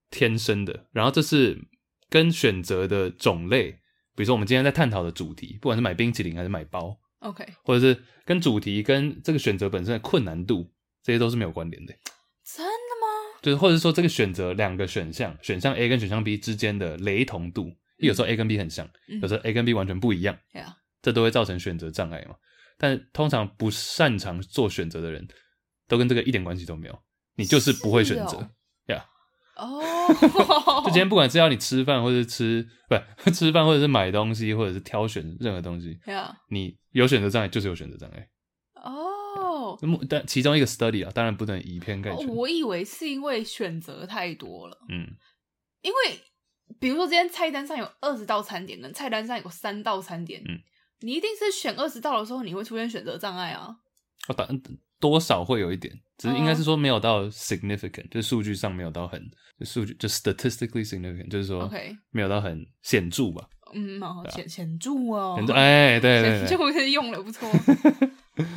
天生的，然后这是跟选择的种类，比如说我们今天在探讨的主题，不管是买冰淇淋还是买包，
OK，
或者是跟主题跟这个选择本身的困难度，这些都是没有关联的。
真的吗？
就是或者说这个选择两个选项，选项 A 跟选项 B 之间的雷同度，有时候 A 跟 B 很像，
嗯
有时候 A 跟 B 完全不一样，
对啊，
这都会造成选择障碍嘛。但通常不擅长做选择的人，都跟这个一点关系都没有，你就是不会选
是
择
哦
呀。
哦，
*laughs* 就今天不管是要你吃饭，或者是吃不吃饭，或者是 *laughs* 买东西，或者是挑选任何东西，
对啊，
你有选择障碍就是有选择障碍。
哦。
那么但其中一个 study 啊，当然不能以偏概全。
我以为是因为选择太多了，
嗯，
因为比如说今天菜单上有二十道餐点，跟菜单上有三道餐点，
嗯，
你一定是选二十道的时候，你会出现选择障碍啊。
哦，当多少会有一点，只是应该
哦
是说没有到 significant，、就是数据上没有到很，就数据就 statistically significant，就是说
OK，
没有到很显著吧。
嗯，哦，显显著哦，
啊显著，哎，对对啊
显
对，
著是用的
*laughs*
不错。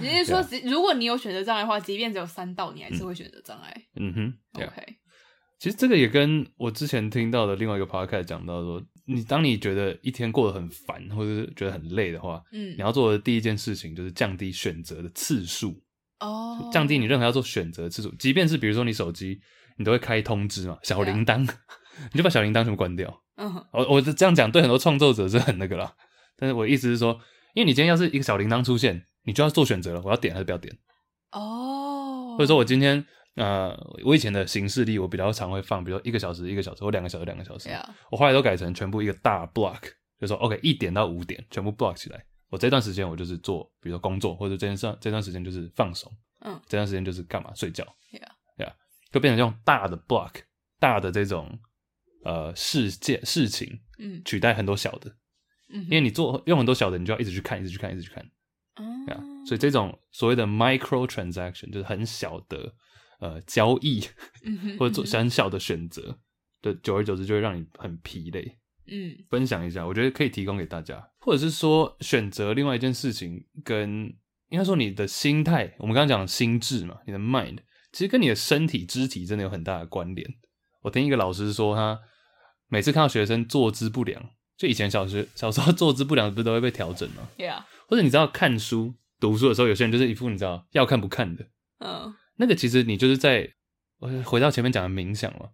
你是说，只如果你有选择障碍的话，即便只有三道，你还是会选择障碍。
嗯哼
哦
对啊
OK，
其实这个也跟我之前听到的另外一个 podcast 讲到说，你当你觉得一天过得很烦，或者是觉得很累的话，
嗯
你，要做的第一件事情就是降低选择的次数，
哦，
降低你任何要做选择的次数，即便是比如说你手机，你都会开通知嘛，小
对啊
铃铛， *laughs* 你就把小铃铛全部关掉。
嗯，
我我这样讲对很多创作者是很那个啦，但是我意思是说，因为你今天要是一个小铃铛出现，你就要做选择了，我要点还是不要点？
哦，
或者说我今天呃，我以前的形式力我比较常会放，比如说一个小时一个小时，或两个小时两个小时
对，啊，
我后来都改成全部一个大 block，就说 OK 一点到五点全部 block 起来。我这段时间我就是做，比如说工作，或者这件上这段时间就是放松，
嗯，
这段时间就是干嘛睡觉
Yeah
对啊，就变成用大的 block，大的这种呃事件事情
嗯
取代很多小的，
嗯哼，
因为你做用很多小的，你就要一直去看，一直去看，一直去看，
嗯
对啊。所以这种所谓的 micro transaction 就是很小的呃交易，
嗯哼
或者做很小的选择，对，久而久之就会让你很疲累。
嗯
分享一下，我觉得可以提供给大家，或者是说选择另外一件事情跟应该说你的心态，我们刚刚讲心智嘛，你的 mind，其实跟你的身体肢体真的有很大的关联。我听一个老师说，他每次看到学生坐姿不良，就以前小学 *laughs* 小时候坐姿不良不是都会被调整吗？
嗯，Yeah，
或者你知道看书读书的时候，有些人就是一副你知道要看不看的，
嗯
那个其实你就是在我回到前面讲的冥想嘛，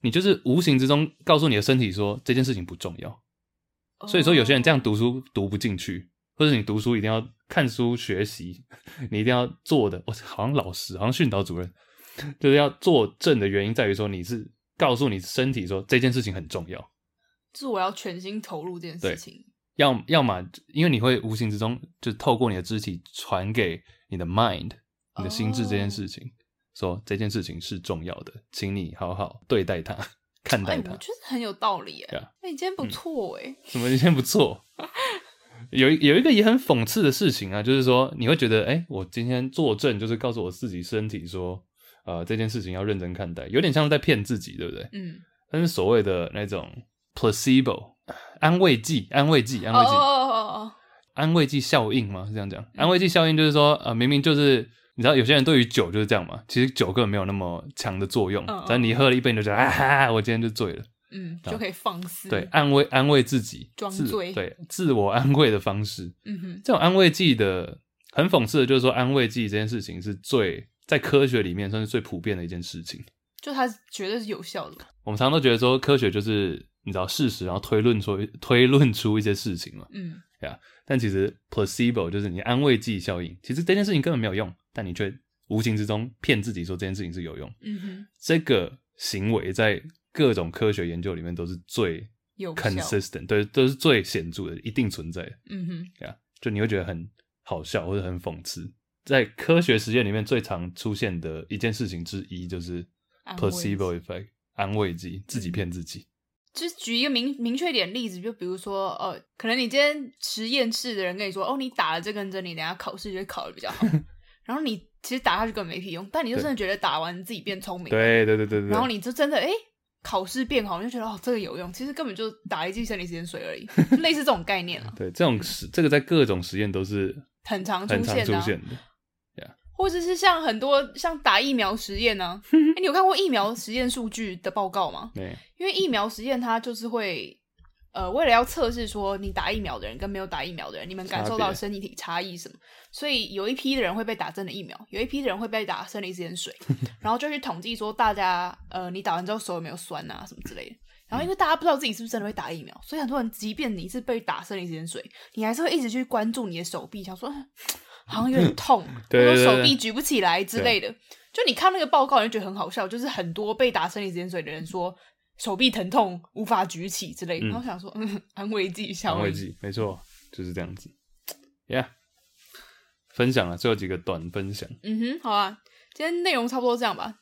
你就是无形之中告诉你的身体说这件事情不重要，所以说有些
哦
人这样读书读不进去，或者你读书一定要看书学习，你一定要做的，我好像老师，好像训导主任，就是要做正的原因在于说你是告诉你身体说这件事情很重要，
就是我要全心投入这件事
对
情。
要要么因为你会无形之中就透过你的肢体传给你的 mind，你的心智这件事情说这件事情是重要的，请你好好对待它，看
哎，
待它
我。觉得很有道理
对
哎
啊。
那你今天不错哎，
什么？你先不错。有一有一个也很讽刺的事情啊，就是说你会觉得，哎、我今天作证就是告诉我自己身体说，呃，这件事情要认真看待，有点像在骗自己，对不对？
嗯
但是所谓的那种 placebo 安慰剂，安慰剂，安
哦嗯
慰剂
哦，哦哦
安慰剂效应吗？是这样讲？安慰剂效应就是说，呃，明明就是你知道，有些人对于酒就是这样嘛，其实酒根本没有那么强的作用，
嗯嗯
但你喝了一杯你就觉得啊哈哈，我今天就醉了。
哦，嗯，就可以放肆。
对，，安慰安慰自己，
装
自
醉
对自我安慰的方式。
嗯哼，
这种安慰剂的很讽刺的就是说，安慰剂这件事情是最在科学里面算是最普遍的一件事情。
就它绝对是有效的。
我们常常都觉得说，科学就是你知道事实，然后推论出推论出一些事情嘛。
嗯，
但其实 placebo 就是你安慰剂效应，其实这件事情根本没有用，但你却无形之中骗自己说这件事情是有用。
嗯哼，
这个行为在各种科学研究里面都是最
有效。
consistent，对，都是最显著的，一定存在的。
嗯哼，
对啊，就你会觉得很好笑或者很讽刺。在科学实验里面最常出现的一件事情之一就是
安慰剂嗯
placebo effect，安慰剂，自己骗自己。
就是举一个明明确一点例子，就比如说，呃，可能你今天实验室的人跟你说，哦，你打了这根针，你等一下考试就会考的比
*laughs*
较好。然后你其实打下去根本没屁用，但你就
对
真的觉得打完自己
*laughs*
变聪明，
对对对对对。
然后你就真的哎、诶考试变好，你就觉得哦，这个有用。其实根本就打一剂生理时间水
*laughs*
而已，类似这种概念啊，
对这种实，这个在各种实验都是
很常出
很常
现
出
的啊、
现
*laughs*
的。
或者是像很多像打疫苗实验呢、啊诶你有看过疫苗实验数据的报告吗？
对，
因为疫苗实验它就是会，呃，为了要测试说你打疫苗的人跟没有打疫苗的人，你们感受
差
到
别
身体差异什么，所以有一批的人会被打真的疫苗，有一批的人会被打生理盐
*laughs*
水，然后就去统计说大家，呃，你打完之后手有没有酸啊什么之类的。然后因为大家不知道自己是不是真的会打疫苗，所以很多人即便你是被打生理盐水，你还是会一直去关注你的手臂，想说嗯好像有点
*laughs*
痛，
对
或者
对对
手臂举不起来之类的。就你看那个报告，你就觉得很好笑，就是很多被打生理盐水的人说手臂疼痛无法举起之类的，
嗯
然后想说嗯，安慰剂效
安
应
慰剂，没错，就是这样子。Yeah，分享了最后几个短分享。
嗯哼，好啊，今天内容差不多这样吧。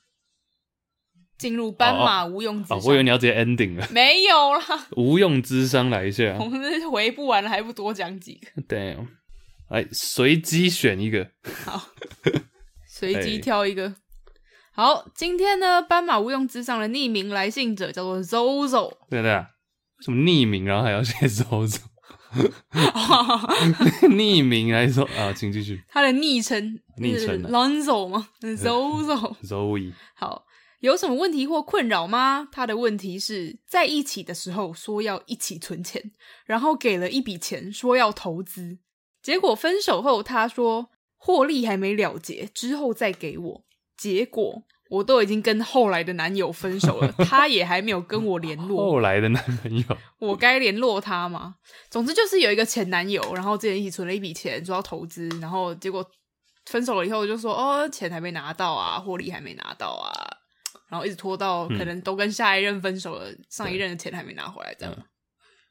进入斑马无用之
哦
上，，
我以为你要直接 ending 了， *laughs*
没有啦，
无用之商来一下
*laughs* 我。们这回不完了，还不多讲几个，
Damn，来随机选一个。
随机
哎
挑一个。好，今天呢，斑马无用之上的匿名来信者叫做 Zozo， *laughs*
对对啊，为什么匿名，然后还要写搜索？ *laughs* 匿名来说啊，请继续。
他的昵称
昵称啊
Lonzo 吗？Zozo。
Zoe，
好，有什么问题或困扰吗？他的问题是在一起的时候说要一起存钱，然后给了一笔钱说要投资，结果分手后他说获利还没了结，之后再给我。结果我都已经跟后来的男友分手了，他也还没有跟我联络，
后来的男朋友。
我该联络他吗？总之就是有一个前男友，然后之前一起存了一笔钱，说要投资，然后结果分手了以后就说哦，钱还没拿到啊，获利还没拿到啊，然后一直拖到可能都跟下一任分手了，上一任的钱还没拿回来，这样。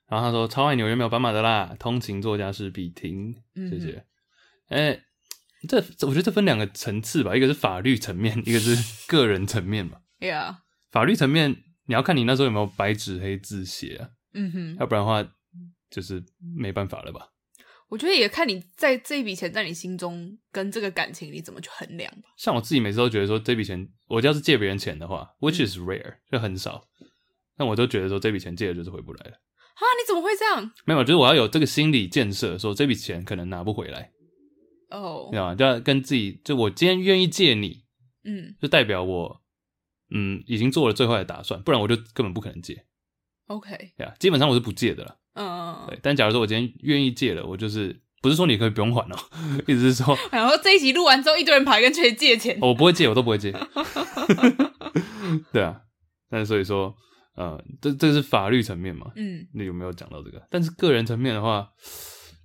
然后他说：“超爱纽约没有斑马的啦，通勤作家是必听，
嗯
谢谢。哎、这这我觉得这分两个层次吧，一个是法律层面，一个是个人层面嘛。
Yeah，
法律层面，你要看你那时候有没有白纸黑字写啊，
嗯哼，
要不然的话就是没办法了吧。
我觉得也看你在这笔钱在你心中跟这个感情你怎么去衡量吧。
像我自己每次都觉得说，这笔钱我要是借别人钱的话，which is rare，就很少。那我都觉得说这笔钱借了就是回不来了，
啊，你怎么会这样？
没有，就是我要有这个心理建设，说这笔钱可能拿不回来，
哦
你知，道吗？就要跟自己，就我今天愿意借你，
嗯
就代表我，嗯，已经做了最坏的打算，不然我就根本不可能借，
，OK，
对啊，基本上我是不借的了。
嗯，
对，但假如说我今天愿意借了，我就是不是说你可以不用还哦， *laughs* 意思是说
然后这一集录完之后，一堆人跑来跟崔借钱。
哦我不会借，我都不会借。 *laughs* 对啊，但所以说，呃，这这是法律层面嘛，
嗯，
你有没有讲到这个？但是个人层面的话，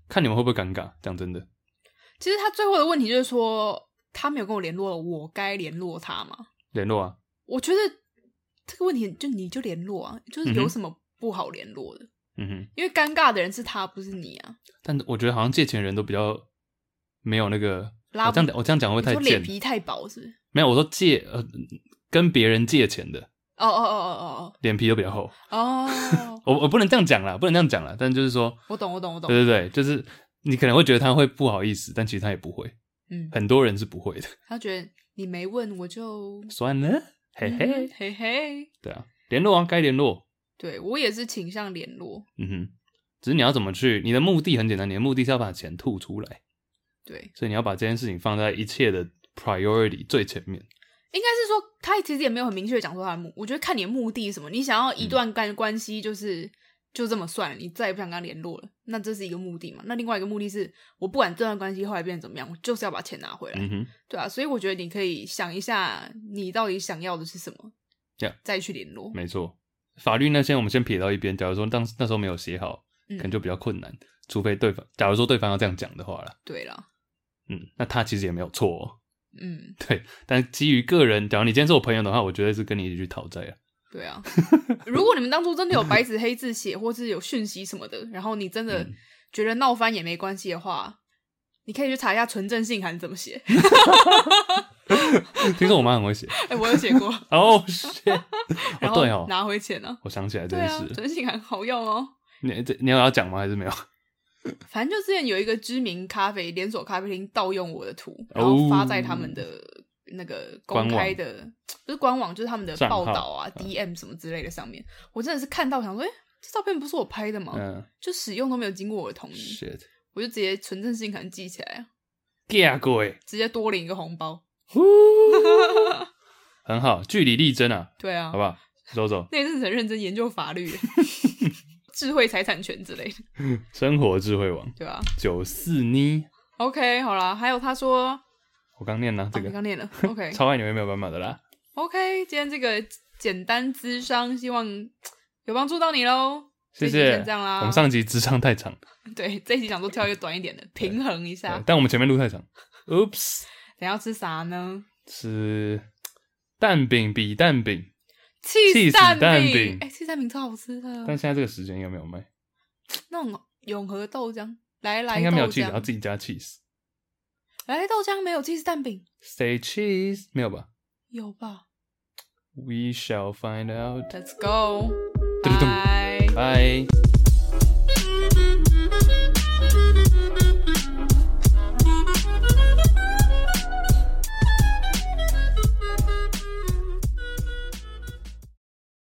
看你们会不会尴尬。讲真的，
其实他最后的问题就是说，他没有跟我联络了，我该联络他吗？
联络啊，
我觉得这个问题就你就联络啊，就是
嗯
有
哼
什么不好联络的？
嗯哼。
因为尴尬的人是他，不是你啊。
但我觉得好像借钱人都比较没有那个，
拉
我这样讲我这样讲会不
你
会
说
太贱。
脸皮太薄是不是？
没有，我说借呃跟别人借钱的
哦哦哦
脸皮都比较厚。 *laughs*
哦哦哦，
我我不能这样讲啦，不能这样讲啦。但就是说，
我懂我懂我懂。
对对对，就是你可能会觉得他会不好意思，但其实他也不会。
嗯，
很多人是不会的，
他觉得你没问我就
算了，嘿嘿，
嗯嘿嘿，
对啊，联络啊，该联络。
对我也是倾向联络，
嗯哼，只是你要怎么去，你的目的很简单，你的目的是要把钱吐出来，
对，
所以你要把这件事情放在一切的 priority 最前面。
应该是说他其实也没有很明确地讲说他的目，我觉得看你的目的是什么，你想要
嗯
一段干关系就是。就这么算了，你再也不想跟他联络了，那这是一个目的嘛？那另外一个目的是，我不管这段关系后来变得怎么样，我就是要把钱拿回来。
嗯哼，
对啊，所以我觉得你可以想一下，你到底想要的是什么
Yeah
再去联络。
没错，法律那些我们先撇到一边。假如说当时那时候没有写好，
嗯
可能就比较困难，除非对方，假如说对方要这样讲的话啦，
对啦，
嗯，那他其实也没有错、哦，
嗯，
对。但基于个人，假如你今天是我朋友的话，我绝对是跟你一起去讨债啊。 *laughs*
对啊。如果你们当初真的有白纸黑字写，或是有讯息什么的，然后你真的
嗯
觉得闹翻也没关系的话，你可以去查一下纯正信函怎么写。
听说我妈很会写，
哎、我有写过，
哦、shit，
*laughs* 然
哦
后
对哦，
拿回钱啊。
我想起来这
对
件
啊
事，，
纯信函好用哦。
你这你有要讲吗？还是没有？
反正就之前有一个知名咖啡连锁咖啡厅盗用我的图，然后发在他们的那个公开的，不是官网，就是他们的
哦账号嗯
报道啊、DM 什么之类的上面。我真的是看到想说，哎、这照片不是我拍的吗？
嗯
就使用都没有经过我的同意，
，shit，
我就直接纯正信函记起来啊，
假鬼，
直接多领一个红包。
呼很好，据理力争啊，
对啊，
好不好？走走，
那一阵子很认真研究
*laughs*
法律、智慧财产权之类的，
生活智慧王
对吧、
九四呢？
OK，好啦，还有他说，
我刚念了这
哦、
个
你。
*laughs*
刚念了，OK，
超爱纽约没有斑马的啦。
OK，今天这个简单咨商，希望有帮助到你喽。
谢
这一集
谢，
先这样啦。
我们上集智商太长，
*laughs* 对这一集想说挑一个短一点的，平衡一下
对。但我们前面录太长。Oops，
等一下要吃啥呢？
是蛋饼比蛋饼，
气
Cheese
蛋
蛋饼
饼，哎，气蛋饼超好吃的，
但现在这个时间应该没有卖，
那种永和豆浆，来
它
来
应该没有
豆
cheese，然后
浆，
自己加 cheese。
来来豆浆没有气蛋饼，
Say cheese，没有吧
有吧
？We shall find out。
？Let's go，
嘟嘟嘟
拜。
拜。